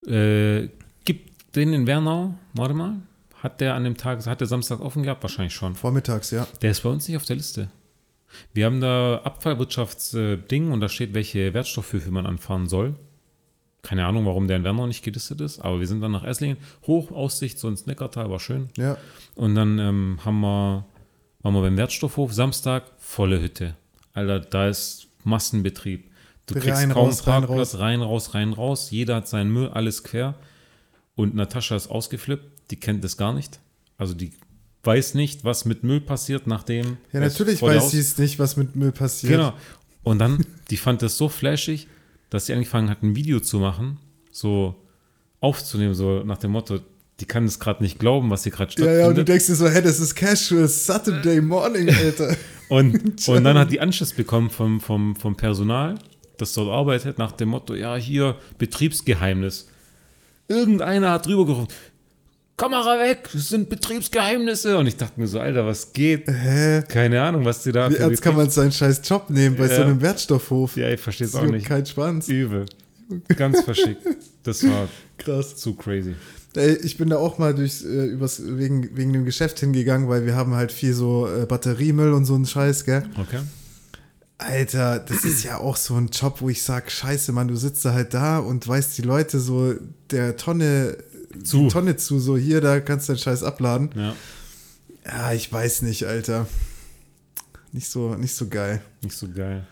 äh, gibt den in Wernau, warte mal, hat der an dem Tag, hat der Samstag offen gehabt? Wahrscheinlich schon. Vormittags, ja. Der ist bei uns nicht auf der Liste. Wir haben da Abfallwirtschaftsding und da steht, welche Wertstoffhöfe man anfahren soll. Keine Ahnung, warum der in Wernau nicht gelistet ist, aber wir sind dann nach Esslingen. Hoch, Aussicht, so ins Neckartal, war schön. Ja. Und dann ähm, haben wir, waren wir beim Wertstoffhof, Samstag, volle Hütte. Alter, da ist Massenbetrieb. Du Rein, kriegst kaum raus, rein, Parkplatz, rein, raus, rein, raus. Jeder hat seinen Müll, alles quer. Und Natascha ist ausgeflippt, die kennt das gar nicht. Also die weiß nicht, was mit Müll passiert, nachdem. Ja, es natürlich vor der weiß Haus- sie es nicht, was mit Müll passiert. Genau. Und dann, die fand das so flashig, dass sie angefangen hat, ein Video zu machen, so aufzunehmen, so nach dem Motto, die kann es gerade nicht glauben, was hier gerade Ja, stattfindet. ja, und du denkst dir so, hey, das ist Casual Saturday Morning, Alter. Und, und dann hat die Anschiss bekommen vom, vom, vom Personal, das dort arbeitet, nach dem Motto, ja, hier Betriebsgeheimnis. Irgendeiner hat drüber gerufen, Kamera weg, das sind Betriebsgeheimnisse. Und ich dachte mir so, Alter, was geht? Hä? Keine Ahnung, was die da Wie ernst kann Betriebs- man seinen scheiß Job nehmen bei Ja. so einem Wertstoffhof? Ja, ich verstehe es das auch ist nicht. kein Schwanz. Übel. Ganz verschickt. Das war Krass. zu crazy. Ey, ich bin da auch mal durchs, äh, übers, wegen, wegen dem Geschäft hingegangen, weil wir haben halt viel so äh, Batteriemüll und so einen Scheiß, gell? Okay. Alter, das ist ja auch so ein Job, wo ich sag, scheiße, Mann, du sitzt da halt da und weißt die Leute so der Tonne Zu. Tonne zu, so hier, da kannst du den Scheiß abladen. Ja, Ja, ich weiß nicht, Alter. Nicht so, nicht so geil. nicht so geil.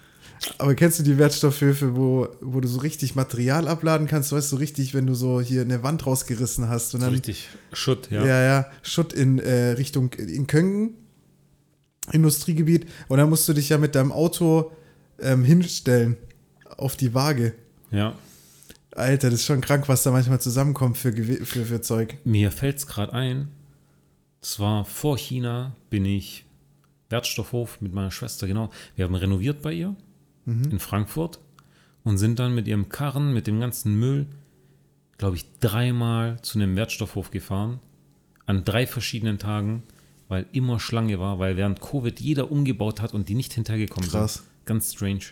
Aber kennst du die Wertstoffhöfe, wo, wo du so richtig Material abladen kannst? Weißt du richtig, wenn du so hier eine Wand rausgerissen hast und So dann. richtig Schutt, ja. Ähm, ja. ja, Schutt in äh, Richtung in Köngen, Industriegebiet. Und dann musst du dich ja mit deinem Auto ähm, hinstellen auf die Waage. ja. Alter, das ist schon krank, was da manchmal zusammenkommt für, Gewe- für, für Zeug. Mir fällt es gerade ein, zwar vor China bin ich Wertstoffhof mit meiner Schwester, genau. Wir haben renoviert bei ihr Mhm. in Frankfurt und sind dann mit ihrem Karren, mit dem ganzen Müll, glaube ich, dreimal zu einem Wertstoffhof gefahren. An drei verschiedenen Tagen, weil immer Schlange war, weil während Covid jeder umgebaut hat und die nicht hintergekommen Krass. sind. Ganz strange.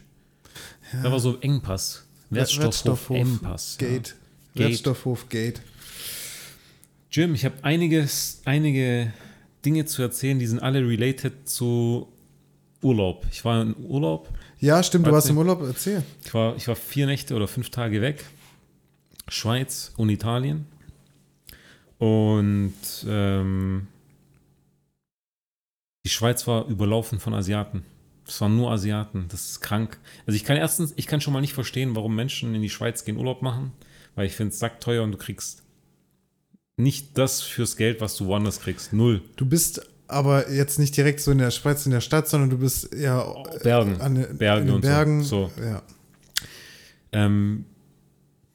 Da war so Engpass. Wertstoffhof, Engpass. Gate. Ja. Gate. Wertstoffhof Gate. Jim, ich habe einiges, einige Dinge zu erzählen, die sind alle related zu Urlaub. Ich war in Urlaub, Ja, stimmt, du Weiß warst im nicht. Urlaub, erzähl. ich war, ich war vier Nächte oder fünf Tage weg. Schweiz und Italien. Und ähm, die Schweiz war überlaufen von Asiaten. Es waren nur Asiaten. Das ist krank. Also ich kann erstens, ich kann schon mal nicht verstehen, warum Menschen in die Schweiz gehen Urlaub machen, weil ich finde es sackteuer und du kriegst nicht das fürs Geld, was du woanders kriegst. Null. Du bist aber jetzt nicht direkt so in der Schweiz, in der Stadt, sondern du bist eher äh, Bergen. an den Berge in den und so. Bergen. So. Ja. Ähm,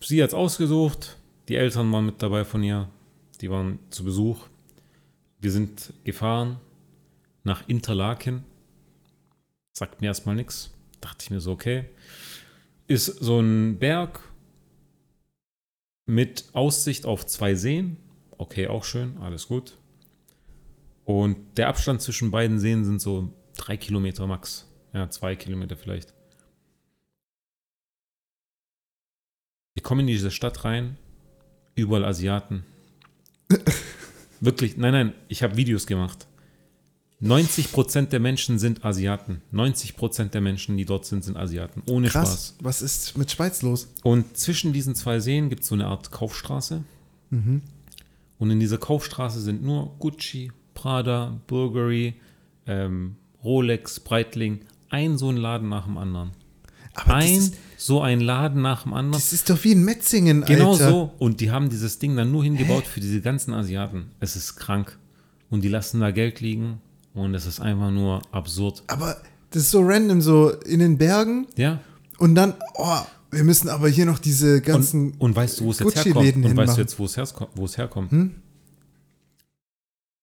sie hat es ausgesucht. Die Eltern waren mit dabei von ihr. Die waren zu Besuch. Wir sind gefahren nach Interlaken. Sagt mir erstmal nichts. Dachte ich mir so, okay. Ist so ein Berg mit Aussicht auf zwei Seen. Okay, auch schön, alles gut. Und der Abstand zwischen beiden Seen sind so drei Kilometer max. Ja, zwei Kilometer vielleicht. Wir kommen in diese Stadt rein, überall Asiaten. Wirklich, nein, nein, ich habe Videos gemacht. 90% der Menschen sind Asiaten. 90% der Menschen, die dort sind, sind Asiaten. Ohne Krass, Spaß. was ist mit Schweiz los? Und zwischen diesen zwei Seen gibt es so eine Art Kaufstraße. Mhm. Und in dieser Kaufstraße sind nur Gucci, Prada, Burberry, ähm, Rolex, Breitling. Ein so ein Laden nach dem anderen. Aber ein das, ist, so ein Laden nach dem anderen. das ist doch wie in Metzingen, Genau Alter. so. Und die haben dieses Ding dann nur hingebaut für diese ganzen Asiaten. Es ist krank. Und die lassen da Geld liegen. Und es ist einfach nur absurd. Aber das ist so random, so in den Bergen Ja. und dann, oh, wir müssen aber hier noch diese ganzen. Und, und weißt du, wo es jetzt Gucci-Läden herkommt? Und weißt hinmachen. Hm? du jetzt, wo es herkommt? Wo es herkommt?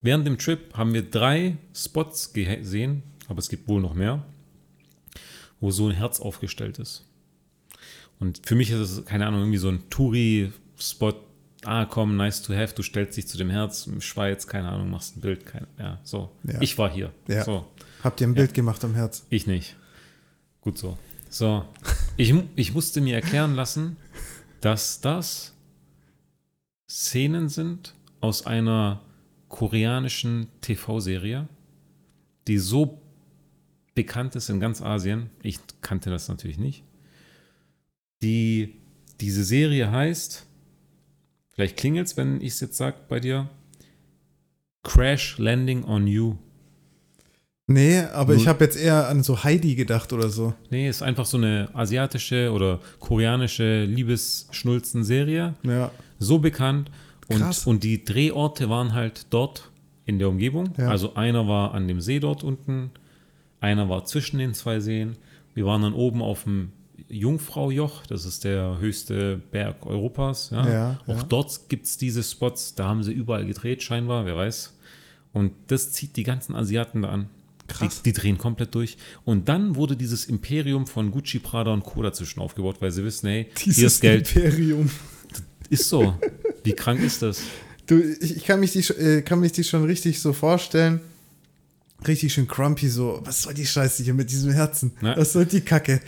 Während dem Trip haben wir drei Spots gesehen, aber es gibt wohl noch mehr, wo so ein Herz aufgestellt ist. Und für mich ist es, keine Ahnung, irgendwie so ein Touri-Spot. Ah, komm, nice to have. Du stellst dich zu dem Herz im Schweiz, keine Ahnung, machst ein Bild. Kein, ja, so. Ja. Ich war hier. Ja. So. Habt ihr ein Bild gemacht am Herz? Ich nicht. Gut so. So. Ich, mu- ich musste mir erklären lassen, dass das Szenen sind aus einer koreanischen TV-Serie, die so bekannt ist in ganz Asien. Ich kannte das natürlich nicht. Die, diese Serie heißt, vielleicht klingelt es, wenn ich es jetzt sage bei dir, Crash Landing on You. Nee, aber ich Null. habe jetzt eher an so Heidi gedacht oder so. Nee, ist einfach so eine asiatische oder koreanische Liebesschnulzen-Serie. Ja. So bekannt. Krass. Und, und die Drehorte waren halt dort in der Umgebung. Ja. Also einer war an dem See dort unten, einer war zwischen den zwei Seen. Wir waren dann oben auf dem Jungfraujoch, das ist der höchste Berg Europas. Ja. Ja, Auch ja. dort gibt es diese Spots, da haben sie überall gedreht, scheinbar, wer weiß. Und das zieht die ganzen Asiaten da an. Krass. Die, die drehen komplett durch. Und dann wurde dieses Imperium von Gucci, Prada und Co. dazwischen aufgebaut, weil sie wissen, hey, hier ist Geld. Imperium. Ist so. Wie krank ist das? Du, ich, ich kann, mich die, sch- äh, kann mich die schon richtig so vorstellen. Richtig schön crumpy, so. Was soll die Scheiße hier mit diesem Herzen? Na. Was soll die Kacke?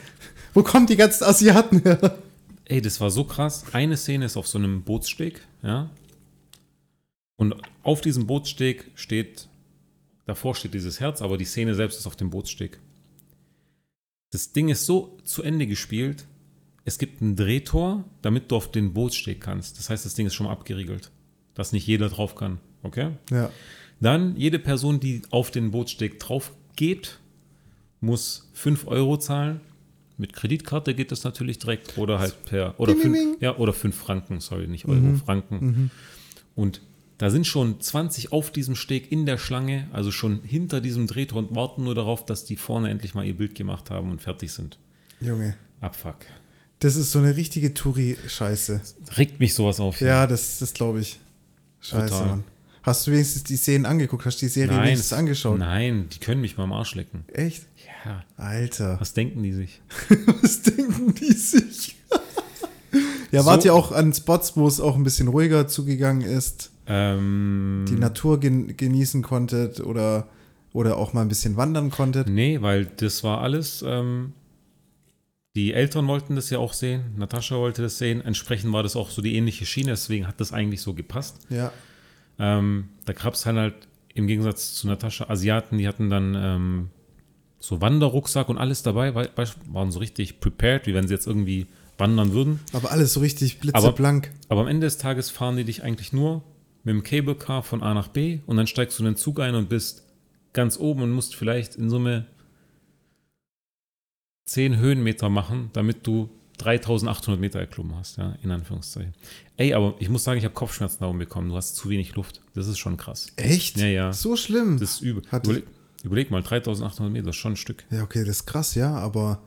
Wo kommen die ganzen Asiaten her? Ey, das war so krass. Eine Szene ist auf so einem Bootssteg, ja. Und auf diesem Bootssteg steht, davor steht dieses Herz, aber die Szene selbst ist auf dem Bootssteg. Das Ding ist so zu Ende gespielt. Es gibt ein Drehtor, damit du auf den Bootssteg kannst. Das heißt, das Ding ist schon mal abgeriegelt, dass nicht jeder drauf kann. Okay? Ja. Dann jede Person, die auf den Bootssteg drauf geht, muss 5 Euro zahlen. Mit Kreditkarte geht das natürlich direkt oder halt per oder Ding, ding, fünf, ding. Mhm. ja, oder fünf Franken, sorry, nicht Euro, Franken. Und da sind schon 20 auf diesem Steg in der Schlange, also schon hinter diesem Drehtor und warten nur darauf, dass die vorne endlich mal ihr Bild gemacht haben und fertig sind. Ah, Junge. Abfuck. Das ist so eine richtige Touri-Scheiße. Regt mich sowas auf. Ja, das, das glaube ich. Scheiße, Total. Mann. Hast du wenigstens die Szenen angeguckt? Hast du die Serie Nein, wenigstens angeschaut? nein, die können mich mal am Arsch lecken. Echt? Ja, Alter. was denken die sich? Was denken die sich? ja, wart So. ihr auch an Spots, wo es auch ein bisschen ruhiger zugegangen ist, Ähm, die Natur gen genießen konntet oder, oder auch mal ein bisschen wandern konntet? Nee, weil das war alles. Ähm, die Eltern wollten das ja auch sehen. Natascha wollte das sehen. Entsprechend war das auch so die ähnliche Schiene. Deswegen hat das eigentlich so gepasst. Ja. Ähm, da gab es halt, halt im Gegensatz zu Natascha Asiaten, die hatten dann ähm, so Wanderrucksack und alles dabei, weil, weil- waren so richtig prepared, wie wenn sie jetzt irgendwie wandern würden. Aber alles so richtig blitzeblank. Aber am Ende des Tages fahren die dich eigentlich nur mit dem Cable Car von A nach B und dann steigst du in den Zug ein und bist ganz oben und musst vielleicht in Summe 10 Höhenmeter machen, damit du 3800 Meter erklommen hast, ja, in Anführungszeichen. Ey, aber ich muss sagen, ich habe Kopfschmerzen darum bekommen. Du hast zu wenig Luft. Das ist schon krass. Echt? Ja, ja. So schlimm. Das ist übel. Hat- Überleg, überleg mal, 3800 Meter, das ist schon ein Stück. ja, okay, das ist krass, ja, aber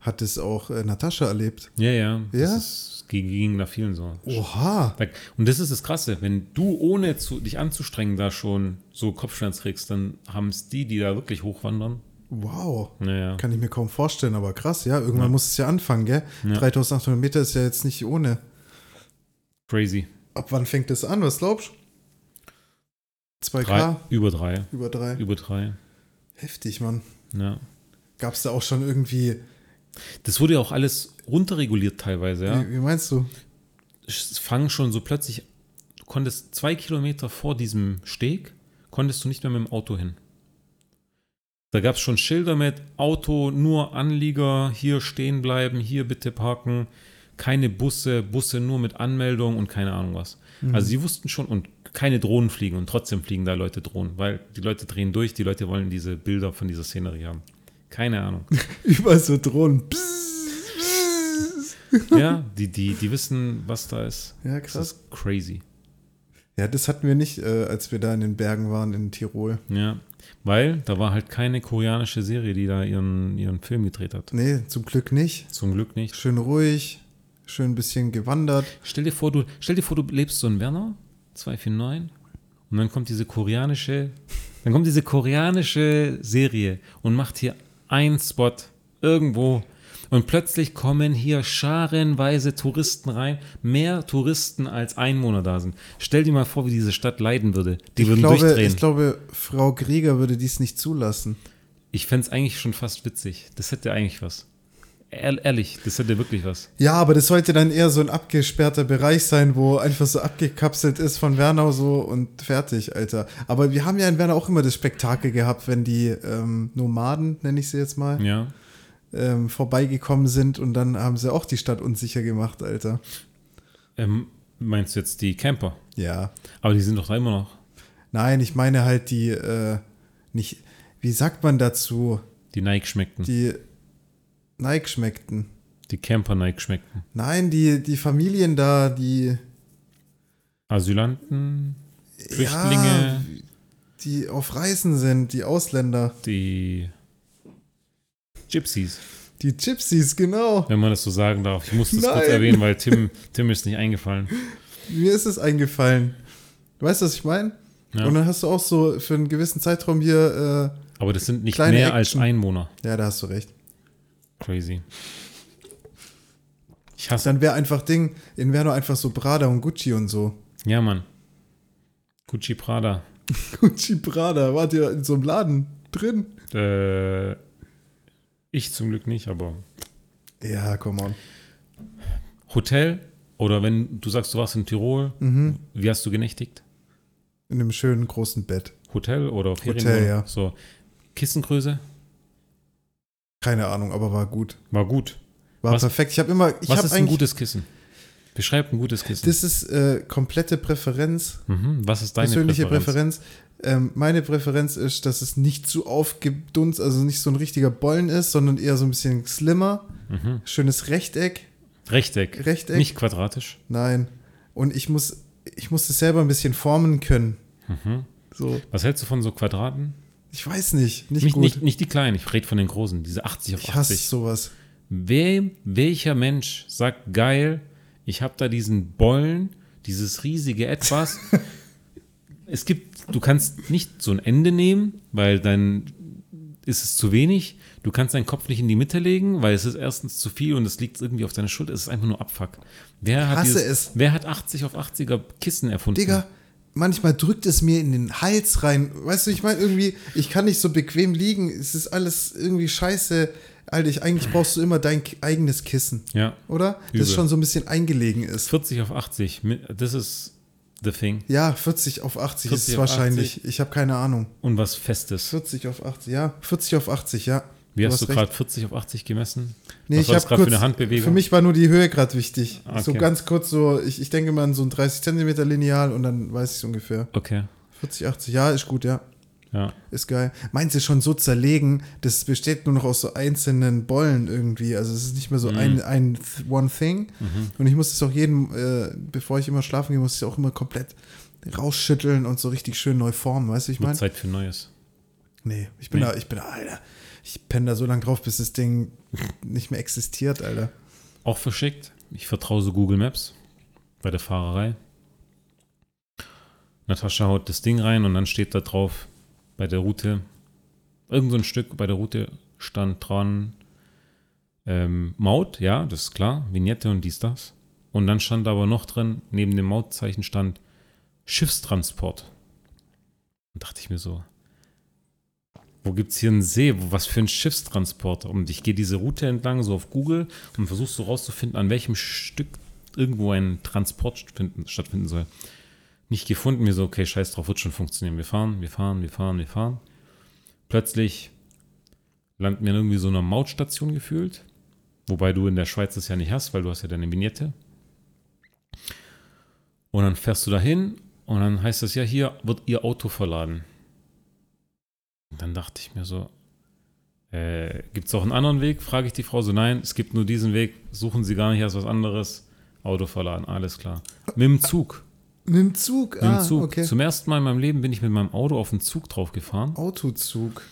hat es auch äh, Natascha erlebt? Ja, ja. Ja? Das ist, ging, ging da vielen so. Oha. Weg. Und das ist das Krasse, wenn du ohne zu, dich anzustrengen da schon so Kopfschmerz kriegst, dann haben es die, die da wirklich hochwandern. Wow. Naja. Kann ich mir kaum vorstellen, aber krass, ja. Irgendwann muss es ja anfangen, gell? Ja. 3800 Meter ist ja jetzt nicht ohne. Crazy. Ab wann fängt das an? Was glaubst du? 2K? Drei, über drei. Über drei. Über drei. Heftig, Mann. Ja. Gab es da auch schon irgendwie. Das wurde ja auch alles runterreguliert teilweise, ja. Wie, wie meinst du? Es fangen schon so plötzlich, du konntest zwei Kilometer vor diesem Steg, konntest du nicht mehr mit dem Auto hin. Da gab es schon Schilder mit Auto, nur Anlieger, hier stehen bleiben, hier bitte parken, keine Busse, Busse nur mit Anmeldung und keine Ahnung was. Mhm. Also sie wussten schon und keine Drohnen fliegen und trotzdem fliegen da Leute Drohnen, weil die Leute drehen durch, die Leute wollen diese Bilder von dieser Szenerie haben. Keine Ahnung. Über so Drohnen. ja, die, die, die wissen, was da ist. Ja, Das krass. ist crazy. Ja, das hatten wir nicht, äh, als wir da in den Bergen waren in Tirol. Ja, weil da war halt keine koreanische Serie, die da ihren, ihren Film gedreht hat. Nee, zum Glück nicht. Zum Glück nicht. Schön ruhig, schön ein bisschen gewandert. Stell dir vor, du, stell dir vor, du lebst so in Werner, 249, und dann kommt diese koreanische, dann kommt diese koreanische Serie und macht hier einen Spot irgendwo. Und plötzlich kommen hier scharenweise Touristen rein, mehr Touristen als Einwohner da sind. Stell dir mal vor, wie diese Stadt leiden würde. Die Ich würden glaube, durchdrehen. ich glaube, Frau Grieger würde dies nicht zulassen. Ich fände es eigentlich schon fast witzig. Das hätte eigentlich was. Ehr- ehrlich, das hätte wirklich was. Ja, aber das sollte dann eher so ein abgesperrter Bereich sein, wo einfach so abgekapselt ist von Wernau so und fertig, Alter. Aber wir haben ja in Wernau auch immer das Spektakel gehabt, wenn die ähm, Nomaden, nenne ich sie jetzt mal, Ja. ähm, vorbeigekommen sind und dann haben sie auch die Stadt unsicher gemacht, Alter. Ähm, meinst du jetzt die Camper? Ja. Aber die sind doch da immer noch. Nein, ich meine halt die, äh, nicht, wie sagt man dazu, Die Nike schmeckten. Die, die Nike schmeckten. Camper Nike schmeckten. Nein, die, die Familien da, die, Asylanten, Flüchtlinge, die auf Reisen sind, die Ausländer. die Gypsies, Die Gypsies, genau. wenn man das so sagen darf. Ich muss das kurz Nein. erwähnen, weil Tim, Tim ist nicht eingefallen. Mir ist es eingefallen. Du weißt, was ich meine? Ja. Und dann hast du auch so für einen gewissen Zeitraum hier, Aber das sind nicht Kleine mehr Action. als Einwohner. äh, ja, da hast du recht. Crazy. Ich hasse. Dann wäre einfach Ding, in Werner einfach so Prada und Gucci und so. Ja, Mann. Gucci Prada. Gucci Prada, wart ihr in so einem Laden drin? Äh, ich zum Glück nicht, aber Ja, come on. Hotel oder wenn du sagst, du warst in Tirol, Mhm. wie hast du genächtigt? In einem schönen großen Bett. Hotel oder Ferienwohnung? Hotel, ja. So Kissengröße Keine Ahnung, aber war gut. war gut. War Was- perfekt. Ich habe immer, ich Was habe ist ein eigentlich, gutes Kissen? Beschreib ein gutes Kissen. das ist äh, komplette Präferenz. mhm. Was ist deine persönliche Präferenz? Präferenz. Ähm, meine Präferenz ist, dass es nicht zu aufgedunst, also nicht so ein richtiger Bollen ist, sondern eher so ein bisschen slimmer. Mhm. Schönes Rechteck. Rechteck. Rechteck. Nicht quadratisch. Nein. Und ich muss, ich muss es selber ein bisschen formen können. So, Was hältst du von so Quadraten? ich weiß nicht, nicht Nicht, gut. nicht, nicht die kleinen, ich rede von den großen, diese 80 auf ich hasse 80. sowas. Wem, welcher Mensch sagt geil, ich habe da diesen Bollen, dieses riesige Etwas. es gibt, du kannst nicht so ein Ende nehmen, weil dann ist es zu wenig. Du kannst deinen Kopf nicht in die Mitte legen, weil es ist erstens zu viel und es liegt irgendwie auf deiner Schulter. Es ist einfach nur Abfuck. Wer hat, hasse dieses, es. Wer hat 80 auf 80er Kissen erfunden? Digga, manchmal drückt es mir in den Hals rein. Weißt du, ich meine, irgendwie, ich kann nicht so bequem liegen. Es ist alles irgendwie scheiße. Alter, ich, eigentlich brauchst du immer dein Ki- eigenes Kissen. Ja. Oder? Übel. Das schon so ein bisschen eingelegen ist. 40 auf 80, mi- das ist The Thing. Ja, 40 auf 80 ist 40 es auf wahrscheinlich. Ich habe keine Ahnung. Und was Festes. 40 auf 80, ja. 40 auf 80, ja. Wie hast hast du recht. gerade 40 auf 80 gemessen? Nee, was ich war habe das gerade kurz. für eine Handbewegung? Für mich war nur die Höhe gerade wichtig. Ah, So okay. ganz kurz, so, ich, ich denke mal an so ein 30 Zentimeter Lineal und dann weiß ich es ungefähr. okay. 40, 80, ja, ist gut, ja. Ja. Ist geil. Meins ist schon so zerlegen, das besteht nur noch aus so einzelnen Bollen irgendwie. Also es ist nicht mehr so Mhm. ein, ein th- One Thing. Und ich muss es auch jedem, äh, bevor ich immer schlafen gehe, muss ich es auch immer komplett rausschütteln und so richtig schön neu formen, weißt du, wie ich Wird meine? Zeit für Neues. Nee, ich bin Nee. da, ich bin da, Alter. Ich penne da so lange drauf, bis das Ding nicht mehr existiert, Alter. Auch verschickt. Ich vertraue so Google Maps bei der Fahrerei. Natascha haut das Ding rein und dann steht da drauf bei der Route, irgend so ein Stück bei der Route stand dran ähm, Maut, ja, das ist klar, Vignette und dies, das. Und dann stand aber noch drin, neben dem Mautzeichen stand Schiffstransport. Und dachte ich mir so, wo gibt's hier einen See? Wo- Was für ein Schiffstransporter? Und ich gehe diese Route entlang, so auf Google, und versuche so rauszufinden, an welchem Stück irgendwo ein Transport stattfinden, stattfinden soll. Nicht gefunden, mir so, okay, scheiß drauf, wird schon funktionieren. Wir fahren, wir fahren, wir fahren, wir fahren. Plötzlich landen wir in irgendwie so einer Mautstation gefühlt. Wobei du in der Schweiz das ja nicht hast, weil du hast ja deine Vignette. Und dann fährst du dahin und dann heißt es ja, hier wird ihr Auto verladen. Und dann dachte ich mir so, äh, gibt es auch einen anderen Weg? Frage ich die Frau so, nein, es gibt nur diesen Weg, suchen Sie gar nicht erst was anderes. Auto verladen, alles klar. Mit dem Zug. Mit dem Zug, Mit dem ah, Zug. okay. Zum ersten Mal in meinem Leben bin ich mit meinem Auto auf den Zug drauf gefahren. Autozug,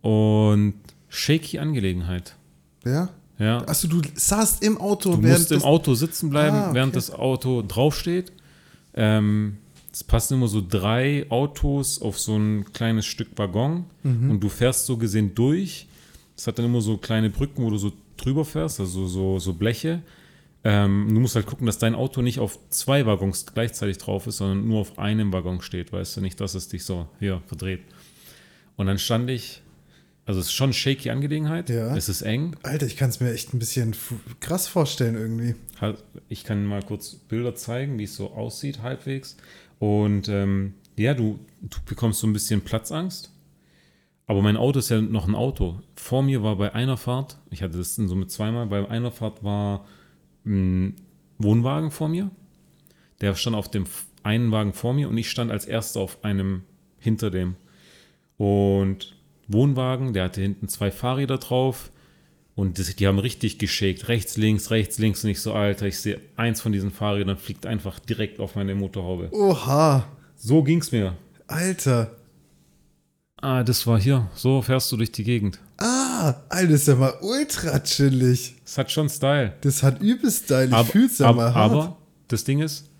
Und shaky Angelegenheit. ja? Ja. Achso, du saßt im Auto Du während musst im des- Auto sitzen bleiben, Ah, okay. während das Auto draufsteht. Ähm, es passen immer so drei Autos auf so ein kleines Stück Waggon Mhm. und du fährst so gesehen durch. Es hat dann immer so kleine Brücken, wo du so drüber fährst, also so, so Bleche. Ähm, du musst halt gucken, dass dein Auto nicht auf zwei Waggons gleichzeitig drauf ist, sondern nur auf einem Waggon steht, weißt du, nicht, dass es dich so hier verdreht. Und dann stand ich, also es ist schon shaky Angelegenheit, Ja. es ist eng, Alter, ich kann es mir echt ein bisschen f- krass vorstellen irgendwie. Ha- Halt, Ich kann mal kurz Bilder zeigen, wie es so aussieht halbwegs. Und ähm, ja, du, du bekommst so ein bisschen Platzangst. Aber mein Auto ist ja noch ein Auto. Vor mir war bei einer Fahrt, ich hatte das in Summe zweimal, bei einer Fahrt war ein Wohnwagen vor mir. Der stand auf dem f- einen Wagen vor mir und ich stand als erster auf einem hinter dem. Und Wohnwagen, der hatte hinten zwei Fahrräder drauf. Und das, die haben richtig geschickt. Rechts, links, rechts, links. Und ich so, Alter, ich sehe eins von diesen Fahrrädern fliegt einfach direkt auf meine Motorhaube. Oha, So ging's mir. Alter. Ah, das war hier. So fährst du durch die Gegend. Ah, Alter, ist ja mal ultra chillig. Das hat schon Style. Das hat übelst Style. Ich Ab- fühl's ja ab- mal hart. aber das Ding ist,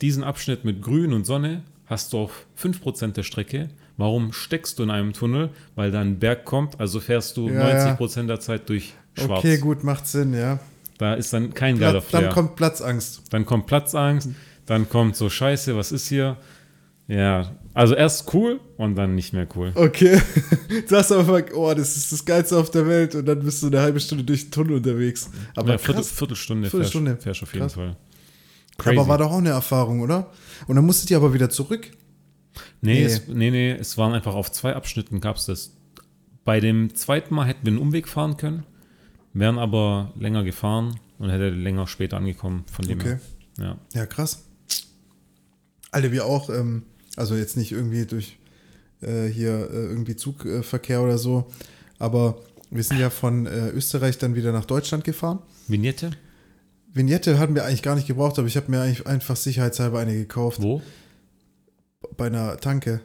diesen Abschnitt mit Grün und Sonne hast du auf 5% der Strecke. Warum steckst du in einem Tunnel? Weil da ein Berg kommt, also fährst du Ja, ja. 90% der Zeit durch Schwarz. okay, gut, macht Sinn, ja. Da ist dann kein geiler Platz, Flair. dann kommt Platzangst. Dann kommt Platzangst, dann kommt so Scheiße, was ist hier? Ja, also erst cool und dann nicht mehr cool. Okay. Du hast aber, oh, das ist das Geilste auf der Welt und dann bist du eine halbe Stunde durch den Tunnel unterwegs. Aber ja, Viertel, krass. Viertelstunde, Viertelstunde. fährst, fährst auf jeden Krass. Fall. Aber war doch auch eine Erfahrung, oder? Und dann musstet ihr aber wieder zurück. nee, nee. Es, nee, nee, es waren einfach auf zwei Abschnitten gab es das. Bei dem zweiten Mal hätten wir einen Umweg fahren können, wären aber länger gefahren und hätte länger später angekommen von dem Okay. her. Ja. Ja, krass. Alle wir auch, ähm, also jetzt nicht irgendwie durch äh, hier äh, irgendwie Zugverkehr oder so, aber wir sind ja von äh, Österreich dann wieder nach Deutschland gefahren. Vignette? Vignette hatten wir eigentlich gar nicht gebraucht, aber ich habe mir eigentlich einfach sicherheitshalber eine gekauft Wo? bei einer Tanke.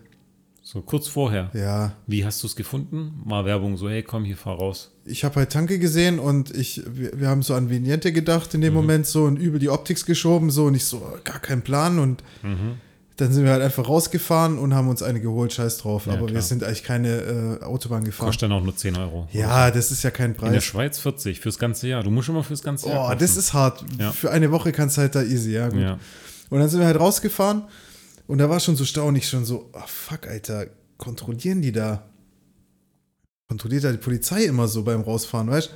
So kurz vorher. Ja, Wie hast du es gefunden? Mal Werbung so, hey komm, hier fahr raus. ich habe halt Tanke gesehen und ich, wir, wir haben so an Vignette gedacht in dem Mhm. Moment so und übel die Optics geschoben so und ich so, äh, gar keinen Plan und Mhm. dann sind wir halt einfach rausgefahren und haben uns eine geholt, scheiß drauf. Ja, aber wir klar. sind eigentlich keine äh, Autobahn gefahren. Kostet dann auch nur 10 Euro. Ja, das ist ja kein In der Preis. Schweiz 40 fürs ganze Jahr. Du musst immer fürs ganze Jahr. Oh, kaufen. das ist hart. Ja. Für eine Woche kannst du halt da easy, ja gut. Ja. Und dann sind wir halt rausgefahren und da war schon so staunig, schon so, ah fuck, Alter, kontrollieren die da? Kontrolliert da die Polizei immer so beim Rausfahren, weißt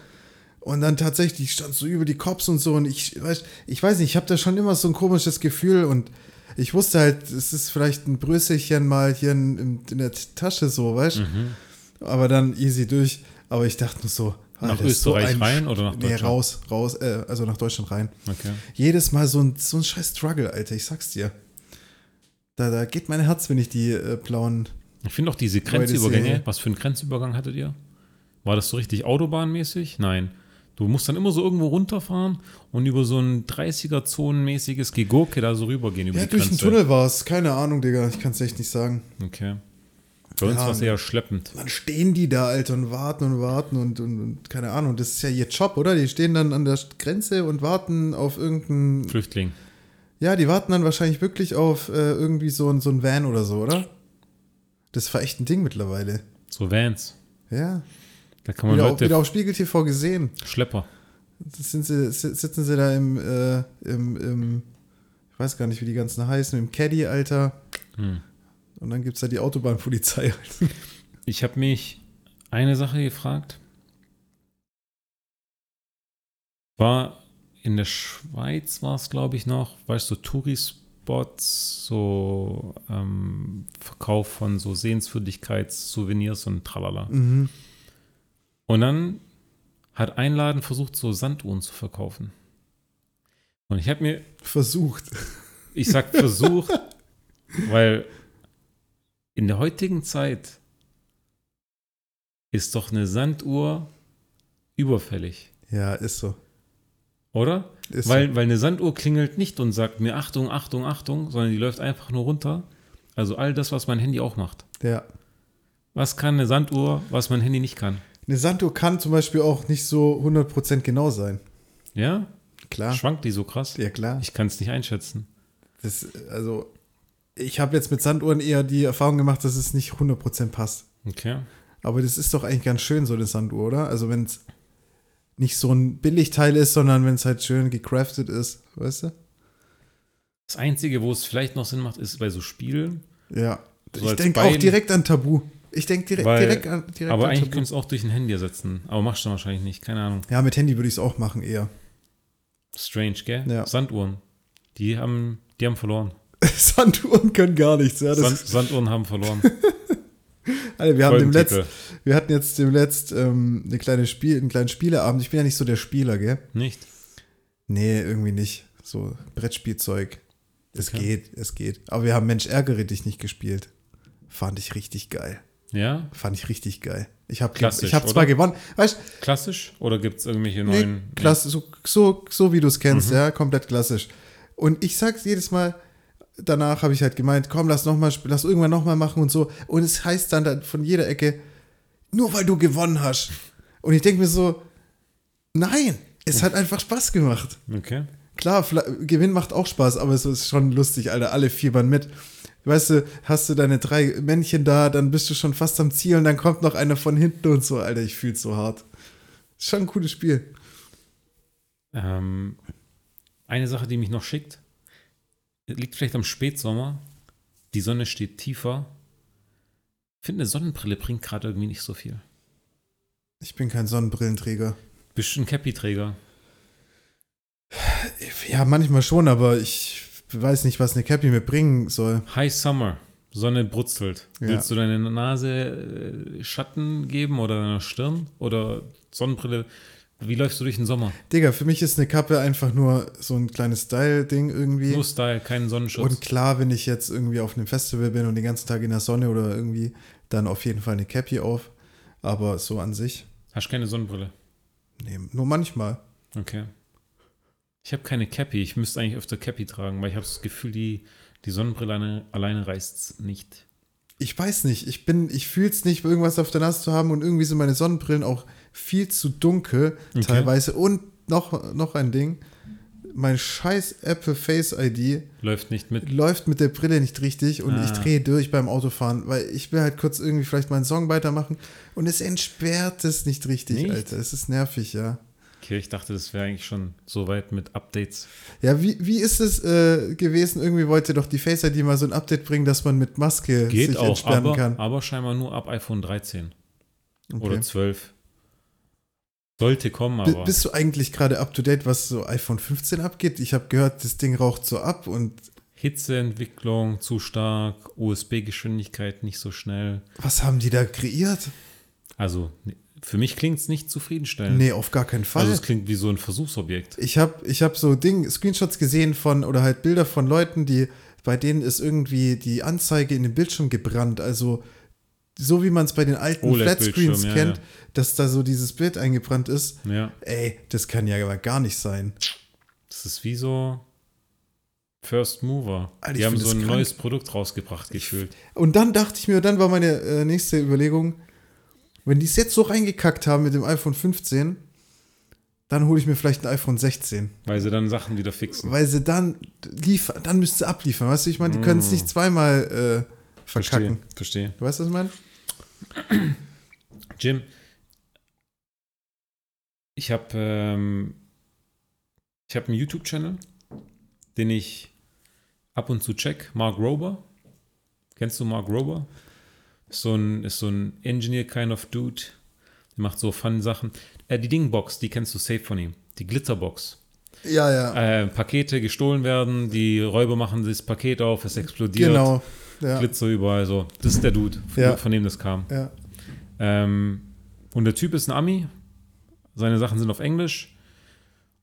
Und dann tatsächlich stand so über die Cops und so und ich, weißt, ich weiß nicht, ich habe da schon immer so ein komisches Gefühl und Ich wusste halt, es ist vielleicht ein Bröselchen mal hier in, in, in der Tasche so, weißt du? Mhm. Aber dann easy durch. Aber ich dachte nur so, Nach Alter, ist Österreich rein oder nach Nee, Deutschland? raus, raus, äh, also nach Deutschland rein. Okay. Jedes Mal so ein, so ein scheiß Struggle, Alter, ich sag's dir. Da, da geht mein Herz, wenn ich die äh, blauen. Ich finde auch diese Leute, Grenzübergänge, Serie. was für einen Grenzübergang hattet ihr? War das so richtig autobahnmäßig? Nein. Du musst dann immer so irgendwo runterfahren und über so ein 30er-Zonenmäßiges Gegurke da so rübergehen über Ja, die durch Grenze. den Tunnel war's. Keine Ahnung, Digga, ich kann's echt nicht sagen. Okay. Bei uns Ja, ne. war es nee. eher schleppend. Dann stehen die da, Alter, und warten und warten und, und, und keine Ahnung. Das ist ja ihr Job, oder? Die stehen dann an der Grenze und warten auf irgendeinen. Flüchtling. Ja, die warten dann wahrscheinlich wirklich auf äh, irgendwie so ein, so ein Van oder so, oder? Das war echt ein Ding mittlerweile. So Vans. Ja. Da kann man Wieder, auf, Leute wieder auf Spiegel TV gesehen. Schlepper. Das sind sie, si- sitzen sie da im, äh, im, im, ich weiß gar nicht, wie die ganzen heißen, im Caddy, Alter. Hm. Und dann gibt's da die Autobahnpolizei. Alter. Ich habe mich eine Sache gefragt. War in der Schweiz war es, glaube ich, noch, weißt du, so Tourispots, so ähm, Verkauf von so Sehenswürdigkeits-Souvenirs und tralala. Mhm. Und dann hat ein Laden versucht, so Sanduhren zu verkaufen. Und ich habe mir Versucht. ich sag versucht, weil in der heutigen Zeit ist doch eine Sanduhr überfällig, Ja, ist so. oder? Ist Weil, weil eine Sanduhr klingelt nicht und sagt mir Achtung, Achtung, Achtung, sondern die läuft einfach nur runter. Also all das, was mein Handy auch macht. so. Ja. Was kann eine Sanduhr, was mein Handy nicht kann? Eine Sanduhr kann zum Beispiel auch nicht so 100% genau sein. Ja? Klar. Schwankt die so krass? Ja, klar. Ich kann es nicht einschätzen. Das, also, ich habe jetzt mit Sanduhren eher die Erfahrung gemacht, dass es nicht 100% passt. Okay. Aber das ist doch eigentlich ganz schön, so eine Sanduhr, oder? Also, wenn es nicht so ein Billigteil ist, sondern wenn es halt schön gecraftet ist, weißt du? Das Einzige, wo es vielleicht noch Sinn macht, ist bei so Spielen. Ja. So ich als denke Bein- auch direkt an Tabu. Ich denke direkt, Weil, direkt an, direkt aber an eigentlich könntest du es auch durch ein Handy ersetzen. Aber machst du wahrscheinlich nicht. Keine Ahnung. Ja, mit Handy würde ich es auch machen eher. Strange, gell? Ja. Sanduhren. Die haben, die haben verloren. Sanduhren können gar nichts. Ja, das Sand, Sanduhren haben verloren. Alter, wir, haben dem Folgentitel. letzt, wir hatten jetzt dem Letzt ähm, eine kleine Spiel, einen kleinen Spieleabend. Ich bin ja nicht so der Spieler, gell? Nicht? Nee, irgendwie nicht. So Brettspielzeug. Es Okay. geht, es geht. Aber wir haben Mensch ärgere dich nicht gespielt. Fand ich richtig geil. Ja? Fand ich richtig geil. Ich habe Klassisch, ich hab oder? zwar gewonnen, weißt Klassisch? Oder gibt es irgendwelche nee, neuen? Nee. Mhm. klass, so, so, so wie du es kennst, ja, komplett klassisch. Und ich sag's jedes Mal, danach habe ich halt gemeint, komm, lass noch mal, sp- lass irgendwann nochmal machen und so. Und es heißt dann, dann von jeder Ecke, nur weil du gewonnen hast. Und ich denke mir so, nein, es hat einfach Spaß gemacht. Okay. Klar, Fla- Gewinn macht auch Spaß, aber es ist schon lustig, Alter. Alle fiebern mit. Weißt du, hast du deine drei Männchen da, dann bist du schon fast am Ziel und dann kommt noch einer von hinten und so, Alter. Ich fühl's so hart. Ist schon ein cooles Spiel. Ähm, eine Sache, die mich noch schickt, liegt vielleicht am Spätsommer. Die Sonne steht tiefer. Ich finde, eine Sonnenbrille bringt gerade irgendwie nicht so viel. Ich bin kein Sonnenbrillenträger. Bist du ein Cappy-Träger? Ja, manchmal schon, aber ich weiß nicht, was eine Cappy mir bringen soll. High Summer. Sonne brutzelt. Ja. Willst du deine Nase äh, Schatten geben oder deiner Stirn oder Sonnenbrille? Wie läufst du durch den Sommer? Digga, für mich ist eine Kappe einfach nur so ein kleines Style-Ding irgendwie. Nur Style, keinen Sonnenschutz. Und klar, wenn ich jetzt irgendwie auf einem Festival bin und den ganzen Tag in der Sonne oder irgendwie, dann auf jeden Fall eine Cappy auf. Aber so an sich, Hast keine Sonnenbrille. nee, nur manchmal. Okay. Ich habe keine Cappy. Ich müsste eigentlich öfter Cappy tragen, weil ich habe das Gefühl, die, die Sonnenbrille alleine, alleine reißt es nicht. Ich weiß nicht, ich bin, ich fühle es nicht, irgendwas auf der Nase zu haben und irgendwie sind meine Sonnenbrillen auch viel zu dunkel Okay. teilweise. Und noch, noch ein Ding, mein scheiß Apple Face ID Läuft nicht mit. läuft mit der Brille nicht richtig und ich Ah. drehe durch beim Autofahren, weil ich will halt kurz irgendwie vielleicht meinen Song weitermachen und es entsperrt es nicht richtig, Nicht? Alter. Es ist nervig, ja. Okay, ich dachte, das wäre eigentlich schon so weit mit Updates. Ja, wie, wie ist es äh, gewesen? Irgendwie wollte doch die Face ID mal so ein Update bringen, dass man mit Maske Geht sich auch, entsperren aber, kann. aber scheinbar nur ab iPhone 13 Okay. oder 12. Sollte kommen, B aber. bist du eigentlich gerade up to date, was so iPhone 15 abgeht? Ich habe gehört, das Ding raucht so ab und Hitzeentwicklung zu stark, USB-Geschwindigkeit nicht so schnell. Was haben die da kreiert? Also ne, für mich klingt es nicht zufriedenstellend. Nee, auf gar keinen Fall. Also es klingt wie so ein Versuchsobjekt. Ich habe ich hab so Ding, Screenshots gesehen von oder halt Bilder von Leuten, die bei denen ist irgendwie die Anzeige in den Bildschirm gebrannt. Also so wie man es bei den alten OLED-Bildschirm, Flatscreens ja, kennt, ja. dass da so dieses Bild eingebrannt ist. Ja, Ey, das kann ja aber gar nicht sein. das ist wie so First Mover. Alter, ich die haben find so das ein krank. neues Produkt rausgebracht gefühlt. Und dann dachte ich mir, dann war meine äh, nächste Überlegung, wenn die es jetzt so reingekackt haben mit dem iPhone 15, dann hole ich mir vielleicht ein iPhone 16. Weil sie dann Sachen wieder fixen. Weil sie dann liefern, dann müsste sie abliefern. Weißt du, ich meine, die können Mm. es nicht zweimal äh, verkacken. Verstehe, verstehe. Du weißt, was ich meine? Jim, ich habe ähm, ich hab einen YouTube-Channel, den ich ab und zu check. Mark Rober. Kennst du Mark Rober? Ist so ein, ist so ein Engineer kind of Dude. Der macht so fun Sachen. Äh, die Dingbox, die kennst du safe von ihm. Die Glitterbox. Ja, ja. Äh, Pakete gestohlen werden, die Räuber machen das Paket auf, es explodiert. genau. Ja, Glitzer überall so. Das ist der Dude, von, Ja. von dem das kam. ja. Ähm, und der Typ ist ein Ami. Seine Sachen sind auf Englisch.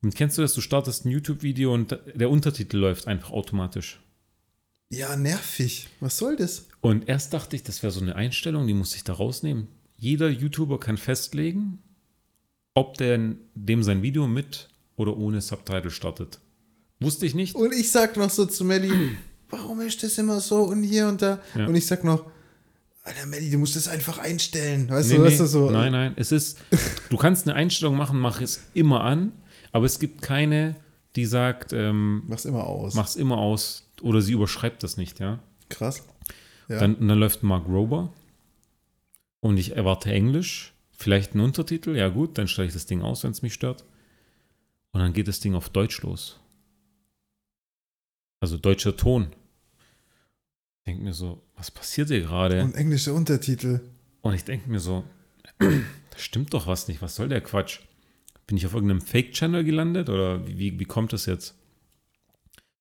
Und kennst du das? Du startest ein YouTube-Video und der Untertitel läuft einfach automatisch. ja, nervig. Was soll das? Und erst dachte ich, das wäre so eine Einstellung, die muss ich da rausnehmen. Jeder YouTuber kann festlegen, ob der dem sein Video mit oder ohne Subtitle startet. Wusste ich nicht. Und ich sag noch so zu Melli, warum ist das immer so und hier und da? Ja. Und ich sag noch, Alter Melli, du musst das einfach einstellen. Weißt Nee, du, nee. weißt du so? Nein, nein, es ist, du kannst eine Einstellung machen, mach es immer an, aber es gibt keine, die sagt, ähm, Mach's immer aus. mach's immer aus oder sie überschreibt das nicht, ja. Krass. Ja. Dann, und dann läuft Mark Rober und ich erwarte Englisch, vielleicht einen Untertitel, ja gut, dann stelle ich das Ding aus, wenn es mich stört. Und dann geht das Ding auf Deutsch los. Also deutscher Ton. Ich denke mir so, was passiert hier gerade? Und englische Untertitel. Und ich denke mir so, da stimmt doch was nicht, was soll der Quatsch? Bin ich auf irgendeinem Fake-Channel gelandet oder wie, wie, wie kommt das jetzt?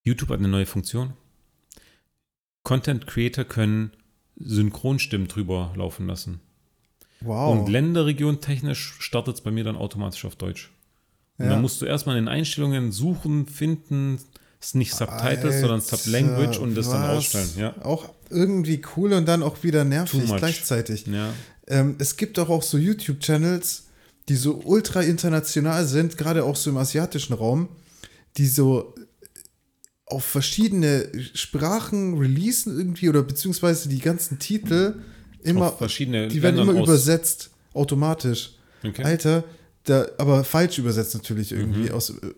YouTube hat eine neue Funktion. Content Creator können Synchronstimmen drüber laufen lassen. Wow. Und länderregion technisch startet es bei mir dann automatisch auf Deutsch. Und Ja. dann musst du erstmal in den Einstellungen suchen, finden, es ist nicht Subtitles, sondern Alter, Sublanguage und das dann was? ausstellen. Ja. Auch irgendwie cool und dann auch wieder Too nervig much. gleichzeitig. ja. Ähm, es gibt doch auch so YouTube-Channels, die so ultra international sind, gerade auch so im asiatischen Raum, die so auf verschiedene Sprachen releasen irgendwie oder beziehungsweise die ganzen Titel immer, Auf verschiedene die werden Ländern immer aus- übersetzt, automatisch. Okay. Mhm. Alter, da, aber falsch übersetzt natürlich irgendwie. Aus äh,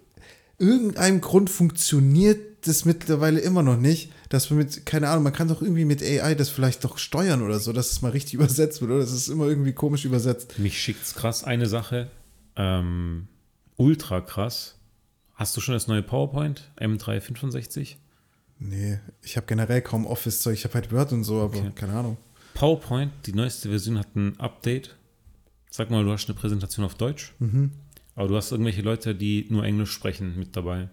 irgendeinem Grund funktioniert das mittlerweile immer noch nicht, dass man mit, keine Ahnung, man kann doch irgendwie mit AI das vielleicht doch steuern oder so, dass es mal richtig übersetzt wird oder das ist immer irgendwie komisch übersetzt. Mich schickt's krass. Eine Sache, ähm, ultra krass. Hast du schon das neue PowerPoint M365? Nee, ich habe generell kaum Office-Zeug, ich habe halt Word und so, aber Okay. keine Ahnung. PowerPoint, die neueste Version hat ein Update. Sag mal, du hast eine Präsentation auf Deutsch, aber du hast irgendwelche Leute, die nur Englisch sprechen, mit dabei.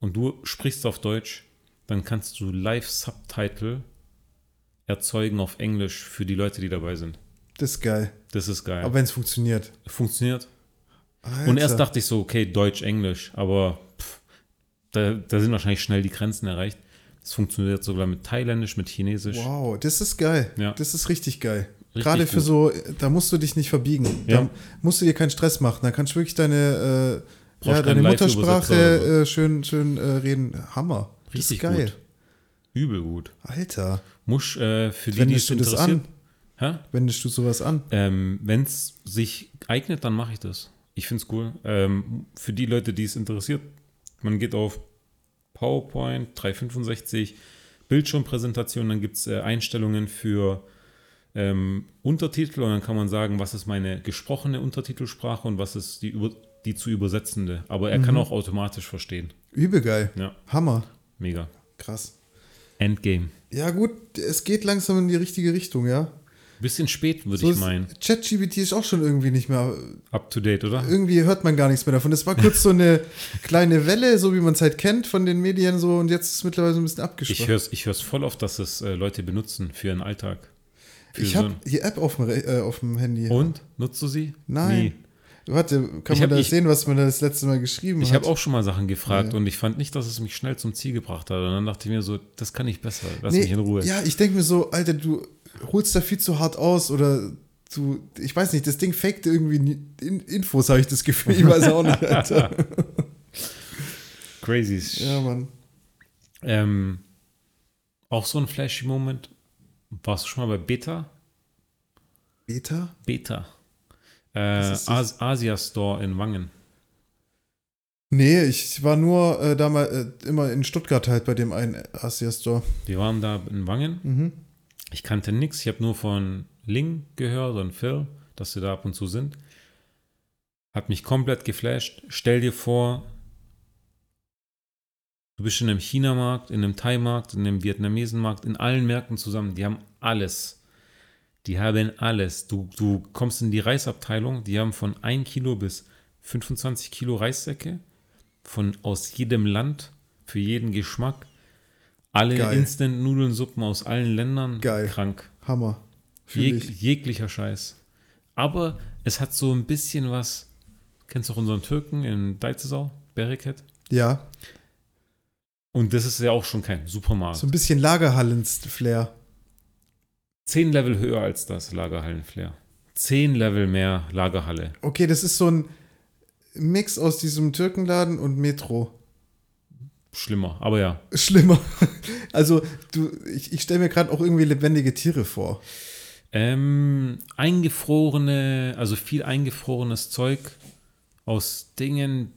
Und du sprichst auf Deutsch, dann kannst du Live-Subtitle erzeugen auf Englisch für die Leute, die dabei sind. Das ist geil. Das ist geil. Aber wenn es funktioniert. Funktioniert. Alter. Und erst dachte ich so, okay, Deutsch, Englisch, aber pff, da, da sind wahrscheinlich schnell die Grenzen erreicht. Es funktioniert sogar mit Thailändisch, mit Chinesisch. Wow, das ist geil. Ja. Das ist richtig geil. Richtig Gerade für gut. so, äh, da musst du dich nicht verbiegen. Ja. Da musst du dir keinen Stress machen. Da kannst du wirklich deine, äh, Brauchst ja, deine keinen Muttersprache Live-Übersetzer oder äh, schön, schön äh, reden. Hammer. das ist Richtig geil. gut. Übel gut. Alter, Musch, äh, für die, die wendest es du das interessiert. an? Hä? Wendest du sowas an? Ähm, Wenn es sich eignet, dann mache ich das. Ich finde es cool. Ähm, für die Leute, die es interessiert, man geht auf PowerPoint 365, Bildschirmpräsentation, dann gibt es äh, Einstellungen für ähm, Untertitel und dann kann man sagen, was ist meine gesprochene Untertitelsprache und was ist die, über, die zu übersetzende. Aber er Mhm. kann auch automatisch verstehen. Übel geil. Ja, Hammer. mega. Krass. Endgame. Ja, gut, es geht langsam in die richtige Richtung, ja. Bisschen spät, würde So ich ist- meinen. ChatGPT ist auch schon irgendwie nicht mehr. Up to date, oder? Irgendwie hört man gar nichts mehr davon. Das war kurz so eine kleine Welle, so wie man es halt kennt von den Medien so und jetzt ist es mittlerweile so ein bisschen Ich abgeschwächt. höre es ich hör's voll oft, dass es äh, Leute benutzen für ihren Alltag. Für Ich, so habe die App auf dem, Re- äh, auf dem Handy. ein- Und? Nutzt du sie? Nein. Nie. Warte, kann Ich man hab- da ich- sehen, was man da das letzte Mal geschrieben Ich hat? habe auch schon mal Sachen gefragt und ich fand nicht, dass es mich schnell zum Ziel gebracht hat. Und dann dachte ich mir so, das kann ich besser. Lass mich in Ruhe. Ja, ich denke mir so, Alter, du holst da viel zu hart aus oder du, ich weiß nicht, das Ding faked irgendwie in, in, Infos, habe ich das Gefühl. Ich weiß auch nicht, Alter. Crazy. Ja, Mann. Ähm, auch so ein flashy Moment. Warst du schon mal bei Beta? Beta? Beta. Äh, ist das? As Asia Store in Wangen. Nee, ich war nur äh, damals äh, immer in Stuttgart halt bei dem einen Asia-Store. Wir waren da in Wangen. Ich kannte nichts. Ich habe nur von Ling gehört und Phil, dass sie da ab und zu sind. Hat mich komplett geflasht. Stell dir vor, du bist in einem China-Markt, in einem Thai-Markt, in einem Vietnamesen-Markt, in allen Märkten zusammen. Die haben alles. Die haben alles. Du, du kommst in die Reisabteilung, die haben von 1 Kilo bis 25 Kilo Reissäcke von aus jedem Land, für jeden Geschmack. Alle Geil. Instant-Nudelsuppen aus allen Ländern. Geil. Krank. Hammer. Fühl Jeg ich. jeglicher Scheiß. Aber es hat so ein bisschen was. Kennst du auch unseren Türken in Deizesau, Bereket? Ja, Und das ist ja auch schon kein Supermarkt. so ein bisschen Lagerhallen-Flair. Zehn Level höher als das Lagerhallenflair. Zehn Level mehr Lagerhalle. Okay, das ist so ein Mix aus diesem Türkenladen und Metro. Schlimmer, aber ja. Schlimmer. Also, du, ich, ich stelle mir gerade auch irgendwie lebendige Tiere vor. Ähm, eingefrorene, also viel eingefrorenes Zeug aus Dingen,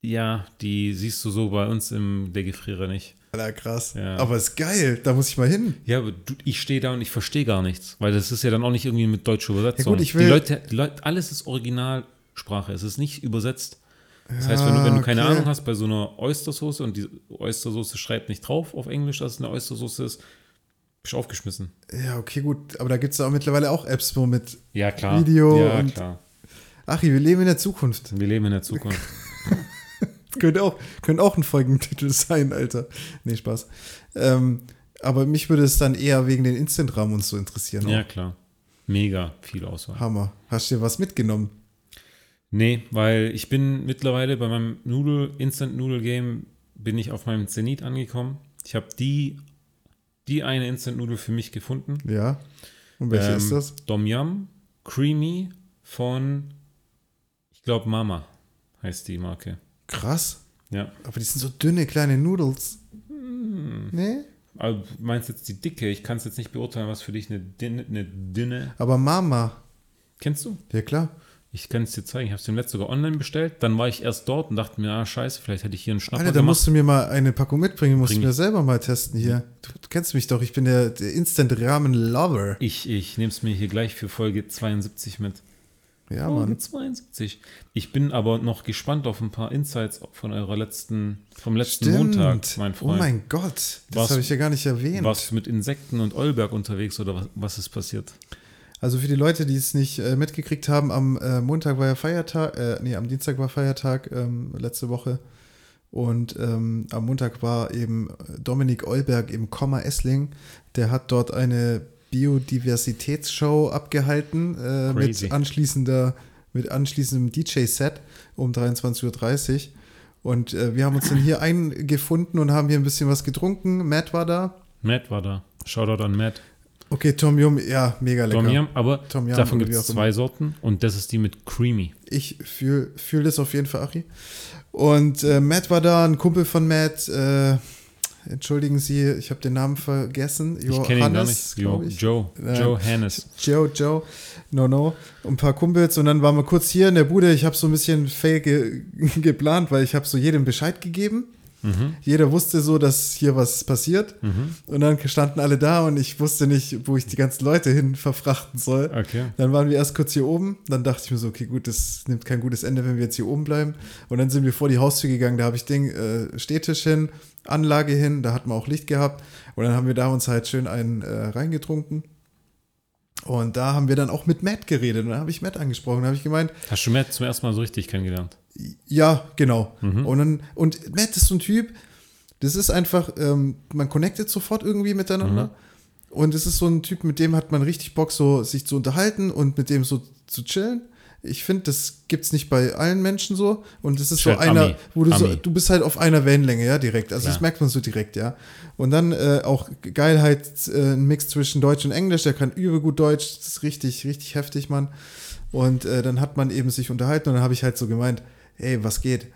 ja, die siehst du so bei uns im der Gefrierer nicht. Alter, krass. Ja. Aber ist geil, da muss ich mal hin. Ja, aber du, ich stehe da und ich verstehe gar nichts, weil das ist ja dann auch nicht irgendwie mit deutscher Übersetzung. ich will- die Leute, die Leute, alles ist Originalsprache, es ist nicht übersetzt. Das heißt, wenn du, wenn du keine Ah, okay. Ahnung hast bei so einer Oystersoße und die Oystersoße schreibt nicht drauf auf Englisch, dass es eine Oystersoße ist, bist du aufgeschmissen. Ja, okay, gut. Aber da gibt es auch mittlerweile auch Apps, wo mit. Ja, klar. Video ja, und- klar. Ach, wir leben in der Zukunft. Wir leben in der Zukunft. Könnte auch, könnte auch ein Folgentitel sein, Alter. Nee, Spaß. Ähm, aber mich würde es dann eher wegen den Instant-Rahmen und so interessieren. Ja, klar. Mega viel Auswahl. Hammer. Hast du dir was mitgenommen? Nee, weil ich bin mittlerweile bei meinem Nudel, Instant-Nudel-Game, bin ich auf meinem Zenit angekommen. Ich habe die, die eine Instant-Nudel für mich gefunden. Ja. Und welche Ähm, ist das? Dom Yum Creamy von, ich glaube, Mama heißt die Marke. Krass. Ja. Aber die sind so dünne kleine Noodles. Hm. Nee? Aber Also, du meinst jetzt die dicke? Ich kann es jetzt nicht beurteilen, was für dich eine dünne, eine dünne. Aber Mama. Kennst du? Ja, klar. Ich kann es dir zeigen. Ich habe es dem letzten sogar online bestellt. Dann war ich erst dort und dachte mir, ah, scheiße, vielleicht hätte ich hier einen Schnapper Alter, da musst du mir mal eine Packung mitbringen. Musst Bring du mir ich. selber mal testen hier. Du, du kennst mich doch. Ich bin der, der Instant-Rahmen-Lover. Ich, ich nehme es mir hier gleich für Folge 72 mit. Ja, Folge Mann. 72. Ich bin aber noch gespannt auf ein paar Insights von eurer letzten, vom letzten Stimmt. Montag, mein Oh Freund. mein Gott, das Was- habe ich ja gar nicht erwähnt. Warst du mit Insekten und Eulberg unterwegs oder was, was ist passiert? Also für die Leute, die es nicht äh, mitgekriegt haben, am äh, Montag war ja Feiertag, äh, nee, am Dienstag war Feiertag ähm, letzte Woche. Und ähm, am Montag war eben Dominik Eulberg im Komma Essling. Der hat dort eine Biodiversitätsshow abgehalten äh, Crazy. mit, anschließender, mit anschließendem DJ-Set um 23.30 Uhr. Und äh, wir haben uns dann hier eingefunden und haben hier ein bisschen was getrunken. Matt war da. Matt war da. Shoutout an Matt. Okay, Tom Yum, ja, mega lecker. Tom Yum, aber Tom Yum davon oder gibt wie es auch immer. zwei Sorten und das ist die mit Creamy. Ich fühle fühl das auf jeden Fall, Achi. Und äh, Matt war da, ein Kumpel von Matt. Äh, entschuldigen Sie, ich habe den Namen vergessen. Ich kenne ihn gar nicht. Jo, glaub ich. Äh, Joe. Nein. Joe Hannes. Joe, Joe, no, no. Und ein paar Kumpels. Und dann waren wir kurz hier in der Bude. Ich habe so ein bisschen fail ge geplant, weil ich habe so jedem Bescheid gegeben. Mhm. Jeder wusste so, dass hier was passiert. Und dann standen alle da und ich wusste nicht, wo ich die ganzen Leute hin verfrachten soll. Okay. Dann waren wir erst kurz hier oben. Dann dachte ich mir so, okay, gut, das nimmt kein gutes Ende, wenn wir jetzt hier oben bleiben. Und dann sind wir vor die Haustür gegangen. Da habe ich Ding, äh, Stehtisch hin, Anlage hin. Da hat man auch Licht gehabt. Und dann haben wir da uns halt schön einen äh, reingetrunken. Und da haben wir dann auch mit Matt geredet. Und da habe ich Matt angesprochen. Da habe ich gemeint, Hast du Matt zum ersten Mal so richtig kennengelernt? ja, genau. Und, dann, und Matt ist so ein Typ, das ist einfach, ähm, man connectet sofort irgendwie miteinander. Und es ist so ein Typ, mit dem hat man richtig Bock, so sich zu unterhalten und mit dem so zu chillen. Ich finde, das gibt's nicht bei allen Menschen so. Und das ist Schön, so einer, Ami. wo du so, Ami. du bist halt auf einer Wellenlänge, ja, direkt. Also Klar. das merkt man so direkt, ja. Und dann äh, auch geil halt äh, ein Mix zwischen Deutsch und Englisch. Der kann übel gut Deutsch. Das ist richtig, richtig heftig, Mann. Und äh, dann hat man eben sich unterhalten und dann habe ich halt so gemeint, hey, was geht?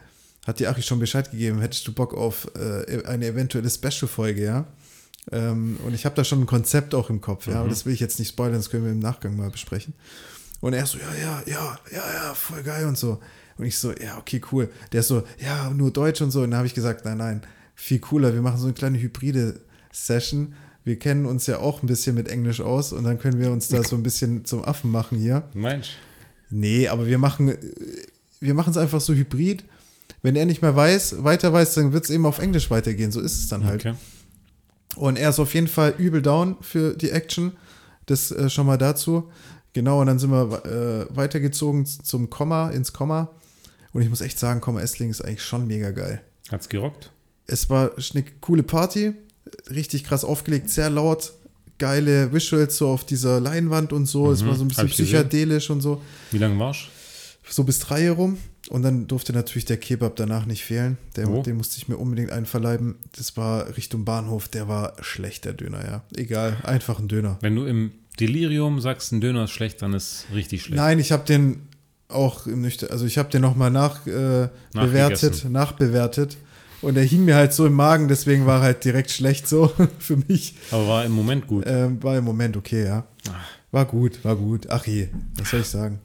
Hat dir Achi schon Bescheid gegeben? Hättest du Bock auf äh, eine eventuelle Special-Folge, ja? Ähm, und ich habe da schon ein Konzept auch im Kopf, ja, aber das will ich jetzt nicht spoilern, das können wir im Nachgang mal besprechen. Und er so, ja, ja, ja, ja, ja, voll geil und so. Und ich so, ja, okay, cool. Der so, ja, nur Deutsch und so. Und dann habe ich gesagt, nein, nein, viel cooler. Wir machen so eine kleine hybride Session. Wir kennen uns ja auch ein bisschen mit Englisch aus und dann können wir uns da so ein bisschen zum Affen machen hier. Mensch. Nee, aber wir machen äh, wir machen es einfach so hybrid. Wenn er nicht mehr weiß, weiter weiß, dann wird es eben auf Englisch weitergehen. So ist es dann halt. Okay. Und er ist auf jeden Fall übel down für die Action. Das äh, schon mal dazu. Genau, und dann sind wir äh, weitergezogen zum Komma, ins Komma. Und ich muss echt sagen, Komma Essling ist eigentlich schon mega geil. Hat's gerockt? Es war eine coole Party, richtig krass aufgelegt, sehr laut, geile Visuals so auf dieser Leinwand und so. es Mhm, war so ein bisschen hab ich gesehen. psychedelisch und so Wie lange warst so bis drei herum. Und dann durfte natürlich der Kebab danach nicht fehlen. Der, Oh. Den musste ich mir unbedingt einverleiben. Das war Richtung Bahnhof. Der war schlechter Döner, ja. Egal, einfach ein Döner. Wenn du im Delirium sagst, ein Döner ist schlecht, dann ist richtig schlecht. Nein, ich habe den auch im Nüchter, also ich habe den nochmal nach, äh, bewertet, nachbewertet. Und er hing mir halt so im Magen, deswegen war er halt direkt schlecht so für mich. Aber war im Moment gut. Ähm, war im Moment okay, ja. War gut, war gut. Ach je, was soll ich sagen?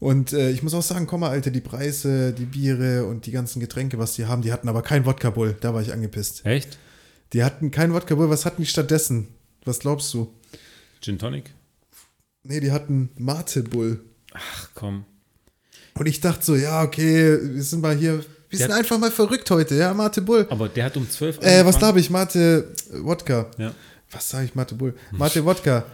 Und äh, ich muss auch sagen, komm mal, Alter, die Preise, die Biere und die ganzen Getränke, was die haben, die hatten aber kein Wodka Bull. Da war ich angepisst. Echt? Die hatten kein Wodka Bull. Was hatten die stattdessen? Was glaubst du? Gin Tonic? Nee, die hatten Mate Bull. Ach komm. Und ich dachte so, ja, okay, wir sind mal hier, wir sind hat- einfach mal verrückt heute, ja, Mate Bull. Aber der hat um 12 Äh, was angefangen. glaube ich? Mate äh, Wodka. Ja. was sage ich, Mate Bull? Hm. Mate Wodka.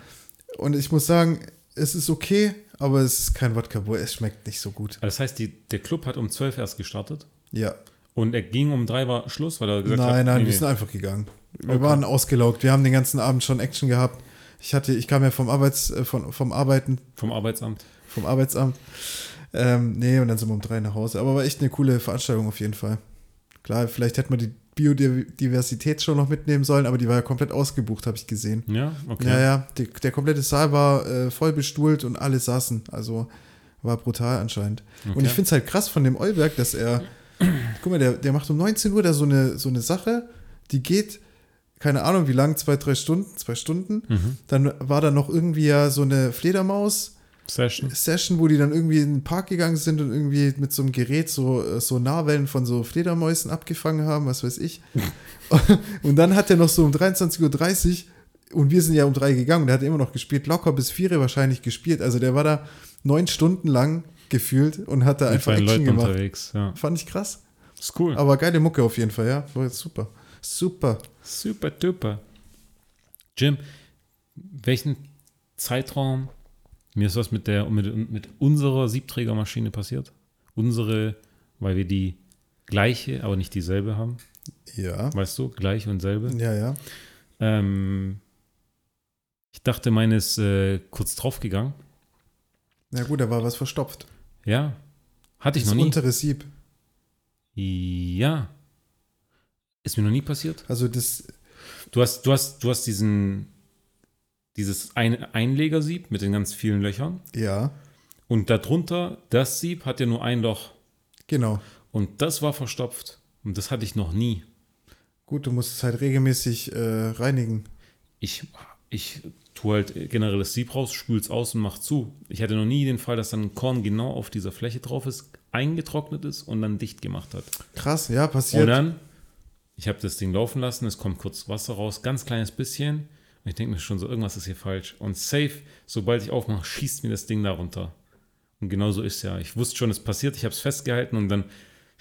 Und ich muss sagen, es ist okay, aber es ist kein Wodka Bull. Es schmeckt nicht so gut. Das heißt, die, der Club hat um 12 erst gestartet Ja. und er ging um 3 war Schluss, weil er gesagt hat, Nein, nein, nee, wir nee. sind einfach gegangen. Wir waren ausgelaugt. Wir haben den ganzen Abend schon Action gehabt. Ich hatte, ich kam ja vom Arbeits, äh, von, vom Arbeiten, vom Arbeitsamt. vom Arbeitsamt. Ähm, nee, und dann sind wir um drei nach Hause. Aber war echt eine coole Veranstaltung auf jeden Fall. Klar, vielleicht hätte man die Biodiversität schon noch mitnehmen sollen, aber die war ja komplett ausgebucht, habe ich gesehen. Ja, okay. Ja, ja, die, der komplette Saal war äh, voll bestuhlt und alle saßen. Also war brutal anscheinend. Und Okay. ich finde es halt krass von dem Eulberg, dass er, guck mal, der, der macht um 19 Uhr da so eine, so eine Sache, die geht, keine Ahnung wie lang, zwei, drei Stunden, zwei Stunden. Mhm. Dann war da noch irgendwie ja so eine Fledermaus. Session. Session, wo die dann irgendwie in den Park gegangen sind und irgendwie mit so einem Gerät so, äh, so Narwellen von so Fledermäusen abgefangen haben, was weiß ich. und dann hat er noch so um 23.30 Uhr, und wir sind ja um drei gegangen, der hat immer noch gespielt, locker bis vier Uhr wahrscheinlich gespielt. Also der war da neun Stunden lang gefühlt und hat da Mit einfach seinen Action Leuten gemacht. unterwegs. Ja. Fand ich krass. Ist cool. Aber geile Mucke auf jeden Fall, ja. War jetzt super. Super. Super duper. Jim, welchen Zeitraum, mir ist was mit der mit, mit unserer Siebträgermaschine passiert? Unsere, weil wir die gleiche, aber nicht dieselbe haben. Ja. Weißt du, gleich und selbe. Ja, ja. Ähm, ich dachte, meine ist äh, kurz drauf gegangen. Na gut, da war was verstopft. Ja. Hatte ich Das noch nie. untere Sieb. Ja. Ist mir noch nie passiert. Also das, Du hast, du hast, du hast diesen, dieses ein Einlegersieb mit den ganz vielen Löchern. ja, Und darunter, das Sieb hat ja nur ein Loch. genau. Und das war verstopft. Und das hatte ich noch nie. Gut, du musst es halt regelmäßig äh, reinigen. Ich, ich tue halt generell das Sieb raus, spül's aus und mach zu. Ich hatte noch nie den Fall, dass dann ein Korn genau auf dieser Fläche drauf ist, eingetrocknet ist und dann dicht gemacht hat. Krass, ja, Und passiert. dann, ich habe das Ding laufen lassen, es kommt kurz Wasser raus, ganz kleines bisschen. Und ich denke mir schon so, irgendwas ist hier falsch. Und safe, sobald ich aufmache, schießt mir das Ding da runter. Und genau so ist ja. Ich wusste schon, es passiert, ich habe es festgehalten und dann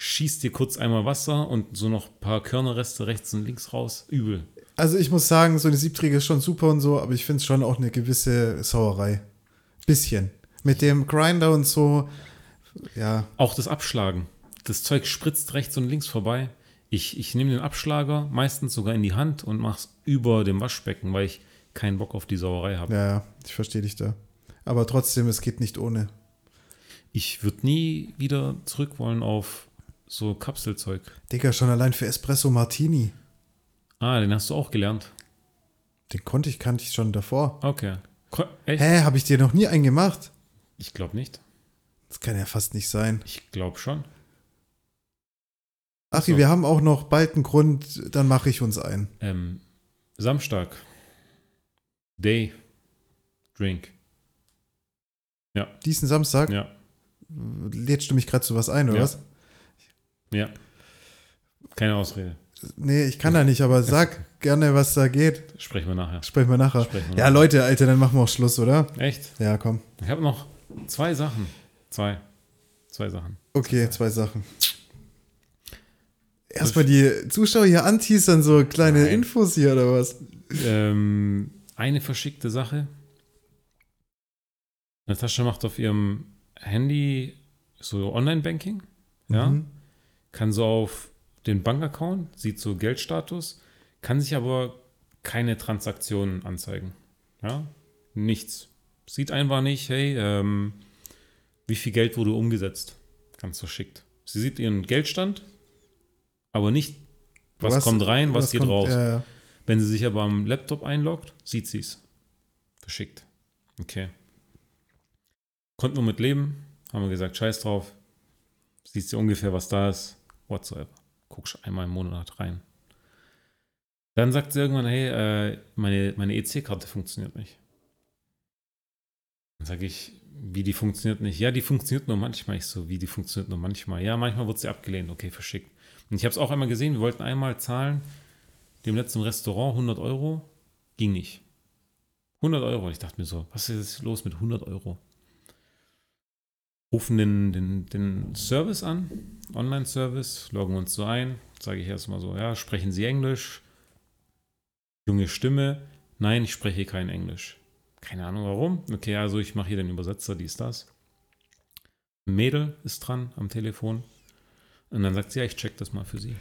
schießt dir kurz einmal Wasser und so noch ein paar Körnerreste rechts und links raus. Übel. Also ich muss sagen, so eine Siebträger ist schon super und so, aber ich finde es schon auch eine gewisse Sauerei. Bisschen. Mit dem Grinder und so, ja, Auch das Abschlagen. Das Zeug spritzt rechts und links vorbei. Ich, ich nehme den Abschlager meistens sogar in die Hand und mache es über dem Waschbecken, weil ich keinen Bock auf die Sauerei habe. ja, ja, ich verstehe dich da. Aber trotzdem, es geht nicht ohne. Ich würde nie wieder zurück wollen auf so Kapselzeug. Digga, schon allein für Espresso Martini. Ah, den hast du auch gelernt. Den konnte ich, kannte ich schon davor. Okay. Ko- Echt? Hä, habe ich dir noch nie einen gemacht? Ich glaube nicht. Das kann ja fast nicht sein. Ich glaube schon. Achi, So. wir haben auch noch bald einen Grund, dann mache ich uns einen. Ähm, Samstag. Day. Drink. Diesen Samstag Ja. lädst du mich gerade zu was ein, oder Ja. was? Ja. Keine Ausrede. Nee, ich kann da nicht, aber sag gerne, was da geht. Sprechen wir nachher. Sprechen wir nachher. Sprechen wir ja, nachher. Leute, Alter, dann machen wir auch Schluss, oder? Echt? Ja, komm. Ich habe noch zwei Sachen. Zwei. Zwei Sachen. Okay, zwei Sachen. Erstmal die Zuschauer hier anteasern, so kleine Nein. Infos hier oder was? Ähm, eine verschickte Sache. Natascha macht auf ihrem Handy so Online-Banking. Ja. Mhm. Kann so auf den Bank-Account, sieht so Geldstatus, kann sich aber keine Transaktionen anzeigen. Ja. Nichts. Sieht einfach nicht, hey, ähm, wie viel Geld wurde umgesetzt. Ganz verschickt. Sie sieht ihren Geldstand, aber nicht, was, kommt rein, was, geht kommt- raus. Ja, ja. Wenn sie sich aber am Laptop einloggt, sieht sie es. Verschickt. Okay. Konnten wir mit leben, haben wir gesagt, scheiß drauf. Siehst du ungefähr, was da ist, whatsoever. Guckst einmal im Monat rein. Dann sagt sie irgendwann, hey, äh, meine, meine EC-Karte funktioniert nicht. Dann sage ich, wie die funktioniert nicht. Ja, die funktioniert nur manchmal. Ich so, wie die funktioniert nur manchmal. Ja, manchmal wird sie abgelehnt. Okay, verschickt. Und ich habe es auch einmal gesehen, wir wollten einmal zahlen, dem letzten Restaurant 100 Euro, ging nicht. 100 Euro. Ich dachte mir so, was ist jetzt los mit 100 Euro? Rufen den, den, den Service an, Online-Service, loggen uns so ein, sage ich erstmal so, ja, sprechen Sie Englisch? Junge Stimme, nein, ich spreche kein Englisch. Keine Ahnung warum. Okay, also ich mache hier den Übersetzer, dies, das. Ein Mädel ist dran am Telefon. Und dann sagt sie, ja, ich check das mal für Sie.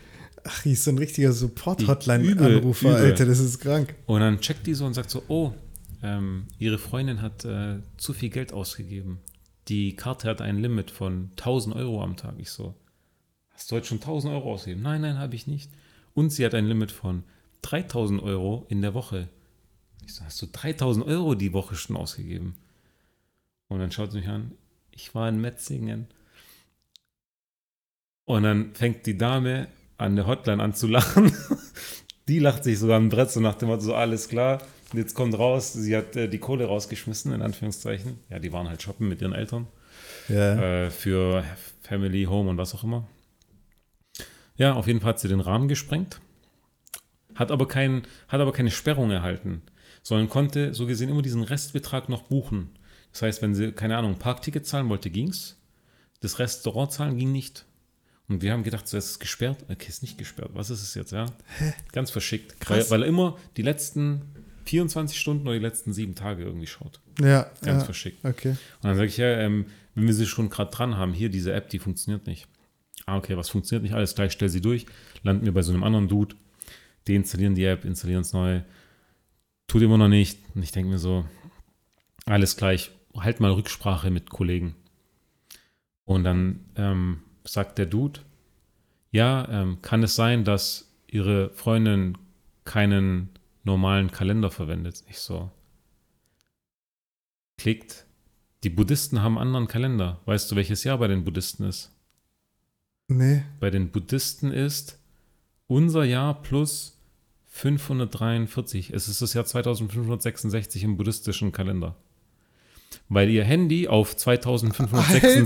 Ach, hier ist so ein richtiger Übel, Support-Hotline-Anrufer, übel. Alter, das ist krank. Und dann checkt die so und sagt so, oh, ähm, ihre Freundin hat äh, zu viel Geld ausgegeben. Die Karte hat ein Limit von 1000 Euro am Tag. Ich so, hast du heute schon 1000 Euro ausgegeben? Nein, nein, habe ich nicht. Und sie hat ein Limit von 3000 Euro in der Woche. Ich so, hast du 3000 Euro die Woche schon ausgegeben? Und dann schaut sie mich an, ich war in Metzingen. Und dann fängt die Dame an der Hotline an zu lachen. Die lacht sich sogar am Brett so nach dem Motto, so alles klar, jetzt kommt raus, sie hat äh, die Kohle rausgeschmissen, in Anführungszeichen. Ja, die waren halt shoppen mit ihren Eltern Ja. äh, für Family, Home und was auch immer. Ja, auf jeden Fall hat sie den Rahmen gesprengt, hat aber, kein, hat aber keine Sperrung erhalten, sondern konnte so gesehen immer diesen Restbetrag noch buchen. Das heißt, wenn sie, keine Ahnung, ein Parkticket zahlen wollte, ging's. Das Restaurant zahlen ging nicht. Und wir haben gedacht, so, es ist gesperrt. Okay, ist nicht gesperrt. Was ist es jetzt, ja? Ganz verschickt. Krass. Weil, weil er immer die letzten 24 Stunden oder die letzten sieben Tage irgendwie schaut. ja, Ganz ja. verschickt. Okay. Und dann sage ich, ja, ähm, wenn wir sie schon gerade dran haben, hier diese App, die funktioniert nicht. Ah, okay, was funktioniert nicht? Alles gleich, stell sie durch. Landen wir bei so einem anderen Dude. Die installieren die App, installieren es neu. Tut immer noch nicht. Und ich denke mir so, alles gleich, halt mal Rücksprache mit Kollegen. Und dann ähm, sagt der Dude, ja, ähm, kann es sein, dass ihre Freundin keinen normalen Kalender verwendet? Ich so, klickt, die Buddhisten haben einen anderen Kalender. Weißt du, welches Jahr bei den Buddhisten ist? Nee. Bei den Buddhisten ist unser Jahr plus 543. Es ist das Jahr 2566 im buddhistischen Kalender. Weil ihr Handy auf 2566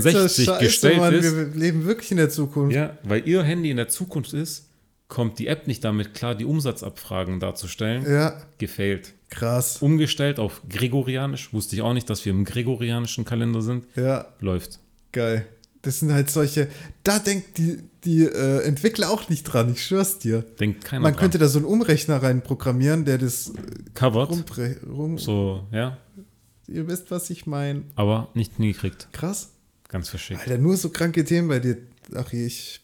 Alter, Scheiße, gestellt Mann, ist. Wir leben wirklich in der Zukunft. Ja, weil ihr Handy in der Zukunft ist, kommt die App nicht damit klar, die Umsatzabfragen darzustellen. ja. Gefällt. Krass. Oh. Umgestellt auf Gregorianisch. Wusste ich auch nicht, dass wir im Gregorianischen Kalender sind. Ja, Läuft. geil. Das sind halt solche, da denkt die, die äh, Entwickler auch nicht dran, ich schwör's dir. Denkt keiner Man dran. könnte da so einen Umrechner reinprogrammieren, der das Covered, rumpre rum. so, ja, Ihr wisst, was ich meine. aber nicht hingekriegt. Krass. Ganz verschickt. Alter, nur so kranke Themen bei dir. Ach je, ich,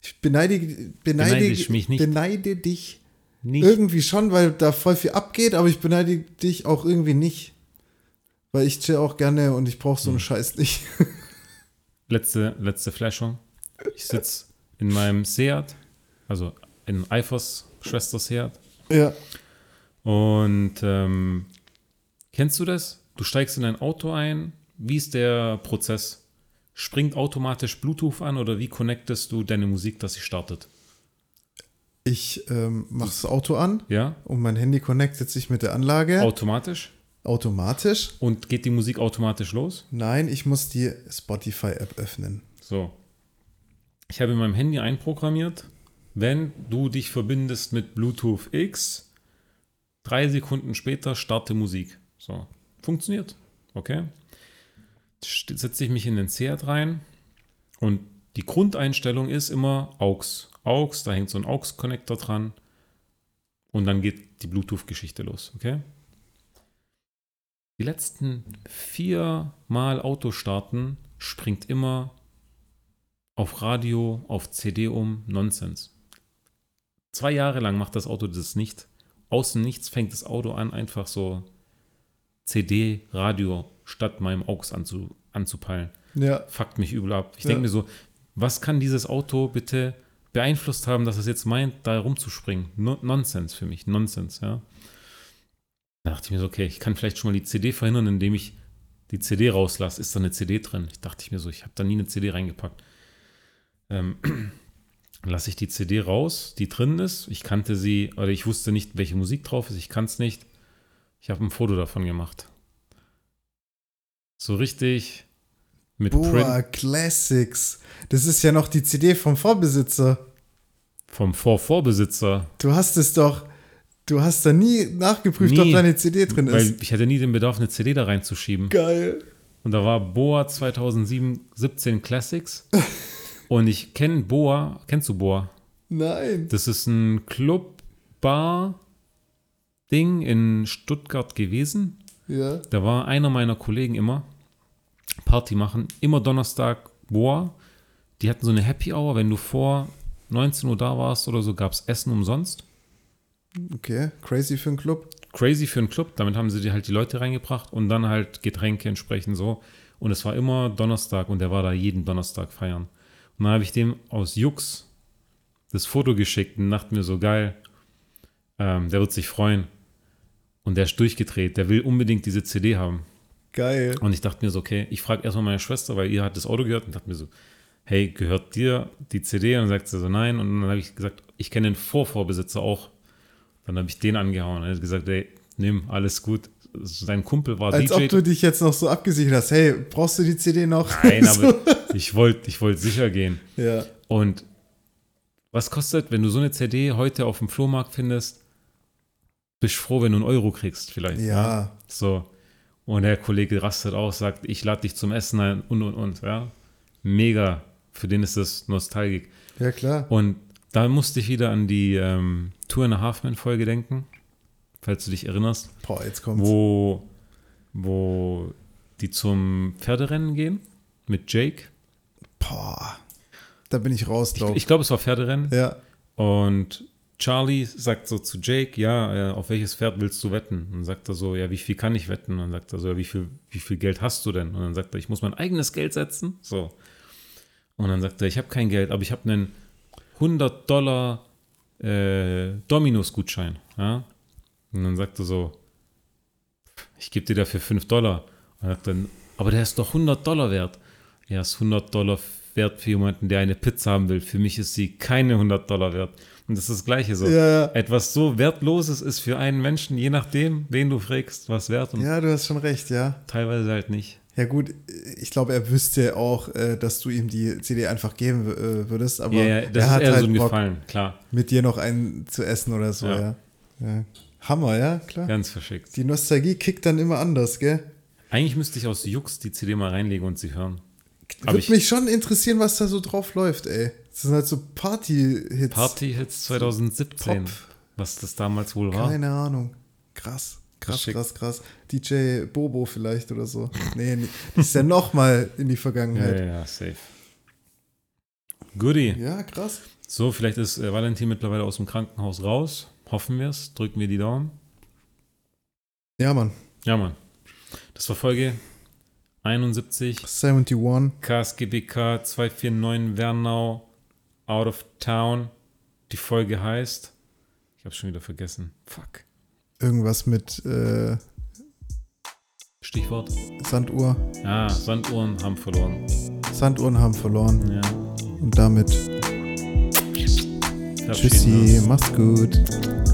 ich beneidige, beneide, Beneide ich mich nicht. beneide dich Nicht. irgendwie schon, weil da voll viel abgeht, aber ich beneide dich auch irgendwie nicht. Weil ich chill auch gerne und ich brauche so Hm. einen Scheiß nicht. Letzte, letzte Flashung. Ich sitze in meinem Seat, also in Eifers Schwester Seat. ja. Und ähm, kennst du das? Du steigst in ein Auto ein. Wie ist der Prozess? Springt automatisch Bluetooth an oder wie connectest du deine Musik, dass sie startet? Ich ähm, mache das Auto an Ja? und mein Handy connectet sich mit der Anlage Automatisch? automatisch. Und geht die Musik automatisch los? Nein, ich muss die Spotify-App öffnen. So. Ich habe in meinem Handy einprogrammiert, wenn du dich verbindest mit Bluetooth X, drei Sekunden später starte Musik. So. Funktioniert. Okay. St- Setze ich mich in den Seat rein und die Grundeinstellung ist immer AUX. AUX, da hängt so ein AUX-Connector dran und dann geht die Bluetooth-Geschichte los. Okay. Die letzten vier Mal Autostarten springt immer auf Radio, auf CD um, Nonsens. Zwei Jahre lang macht das Auto das nicht. Außen nichts fängt das Auto an, einfach so CD, Radio statt meinem AUX anzu, anzupeilen. Ja, Fuckt mich übel ab. Ich Ja. denke mir so, was kann dieses Auto bitte beeinflusst haben, dass es jetzt meint, da rumzuspringen? No, Nonsens für mich, Nonsens, ja. Da dachte ich mir so, okay, ich kann vielleicht schon mal die CD verhindern, indem ich die CD rauslasse. Ist da eine CD drin? Ich dachte ich mir so, ich habe da nie eine CD reingepackt. Ähm, dann lasse ich die CD raus, die drin ist. Ich kannte sie, oder ich wusste nicht, welche Musik drauf ist. Ich kann es nicht. Ich habe ein Foto davon gemacht. So richtig mit Print Boa Classics. Das ist ja noch die CD vom Vorbesitzer. vom Vor-Vorbesitzer. Du hast es doch. Du hast da nie nachgeprüft, ob Nie. da eine CD drin Weil ist. ich hatte nie den Bedarf, eine CD da reinzuschieben. Geil. Und da war Boa 2017 Classics. Und ich kenne Boa. Kennst du Boa? Nein. Das ist ein Club-Bar-Ding in Stuttgart gewesen. Ja. Da war einer meiner Kollegen immer Party machen, immer Donnerstag, boah, die hatten so eine Happy Hour, wenn du vor 19 Uhr da warst oder so, gab es Essen umsonst. Okay, crazy für einen Club. Crazy für einen Club, damit haben sie dir halt die Leute reingebracht und dann halt Getränke entsprechend so. Und es war immer Donnerstag und der war da jeden Donnerstag feiern. Und dann habe ich dem aus Jux das Foto geschickt und dachte mir so geil, ähm, der wird sich freuen. Und der ist durchgedreht, der will unbedingt diese CD haben. Geil. Und ich dachte mir so, okay, ich frage erstmal meine Schwester, weil ihr hat das Auto gehört und dachte mir so, hey, gehört dir die CD? Und dann sagt sie so, nein. Und dann habe ich gesagt, ich kenne den Vorvorbesitzer auch. Dann habe ich den angehauen. Er hat gesagt, ey, nimm, alles gut. Sein Kumpel war Als DJ. ob du dich jetzt noch so abgesichert hast. Hey, brauchst du die CD noch? nein, so. aber ich wollte ich wollt sicher gehen. Ja. Und was kostet, wenn du so eine CD heute auf dem Flohmarkt findest? Bist froh, wenn du einen Euro kriegst, vielleicht. Ja. So. Und der Kollege rastet aus, sagt, ich lade dich zum Essen ein und und und. Ja. Mega. Für den ist das Nostalgik. Ja, klar. Und da musste ich wieder an die ähm, Tour in a Half Man Folge denken, falls du dich erinnerst, Boah, jetzt kommt's. wo, wo die zum Pferderennen gehen mit Jake. Boah. Da bin ich raus, Ich, glaube ich glaube, es war Pferderennen. Ja. Und Charlie sagt so zu Jake, ja, äh, auf welches Pferd willst du wetten? Und dann sagt er so, ja, wie viel kann ich wetten? Und dann sagt er so, ja, wie viel, wie viel Geld hast du denn? Und dann sagt er, ich muss mein eigenes Geld setzen. So. Und dann sagt er, ich habe kein Geld, aber ich habe einen 100 Dollar äh, Dominos-Gutschein. Ja? Und dann sagt er so, ich gebe dir dafür 5 Dollar. Und sagt dann, aber der ist doch 100 Dollar wert. Ja, ist 100 Dollar wert für jemanden, der eine Pizza haben will. Für mich ist sie keine 100 Dollar wert. Und das ist das Gleiche so. Ja. Etwas so Wertloses ist für einen Menschen, je nachdem, wen du fragst, was wert und Ja, du hast schon recht, ja. teilweise halt nicht. Ja, gut, ich glaube, er wüsste auch, äh, dass du ihm die CD einfach geben äh, würdest, aber Ja, ja, das er ist hat eher halt so ein Bock, Gefallen, klar. mit dir noch einen zu essen oder so, ja. Ja. ja. Hammer, ja, klar. Ganz verschickt. Die Nostalgie kickt dann immer anders, gell? Eigentlich müsste ich aus Jux die CD mal reinlegen und sie hören. Aber Würde ich- mich schon interessieren, was da so drauf läuft, ey. Das sind halt so Party-Hits. Party-Hits 2017, Top. was das damals wohl war. Keine Ahnung. Krass. Krass, Schick. krass, krass. DJ Bobo vielleicht oder so. Nee, nee. Das ist ja nochmal in die Ja, Vergangenheit. ja, ja, safe. Goodie. Ja, krass. So, vielleicht ist äh, Valentin mittlerweile aus dem Krankenhaus raus. Hoffen wir es. Drücken wir die Daumen. Ja, Mann. Ja, Mann. Das war Folge 71. 71. KSGBK 249 Wernau Out of Town. Die Folge heißt. Ich hab's schon wieder vergessen. Fuck. Irgendwas mit äh, Stichwort. Sanduhr. Ah, Sanduhren haben verloren. Sanduhren haben verloren. Ja. Und damit verabschieden wir uns. Tschüssi. Mach's gut.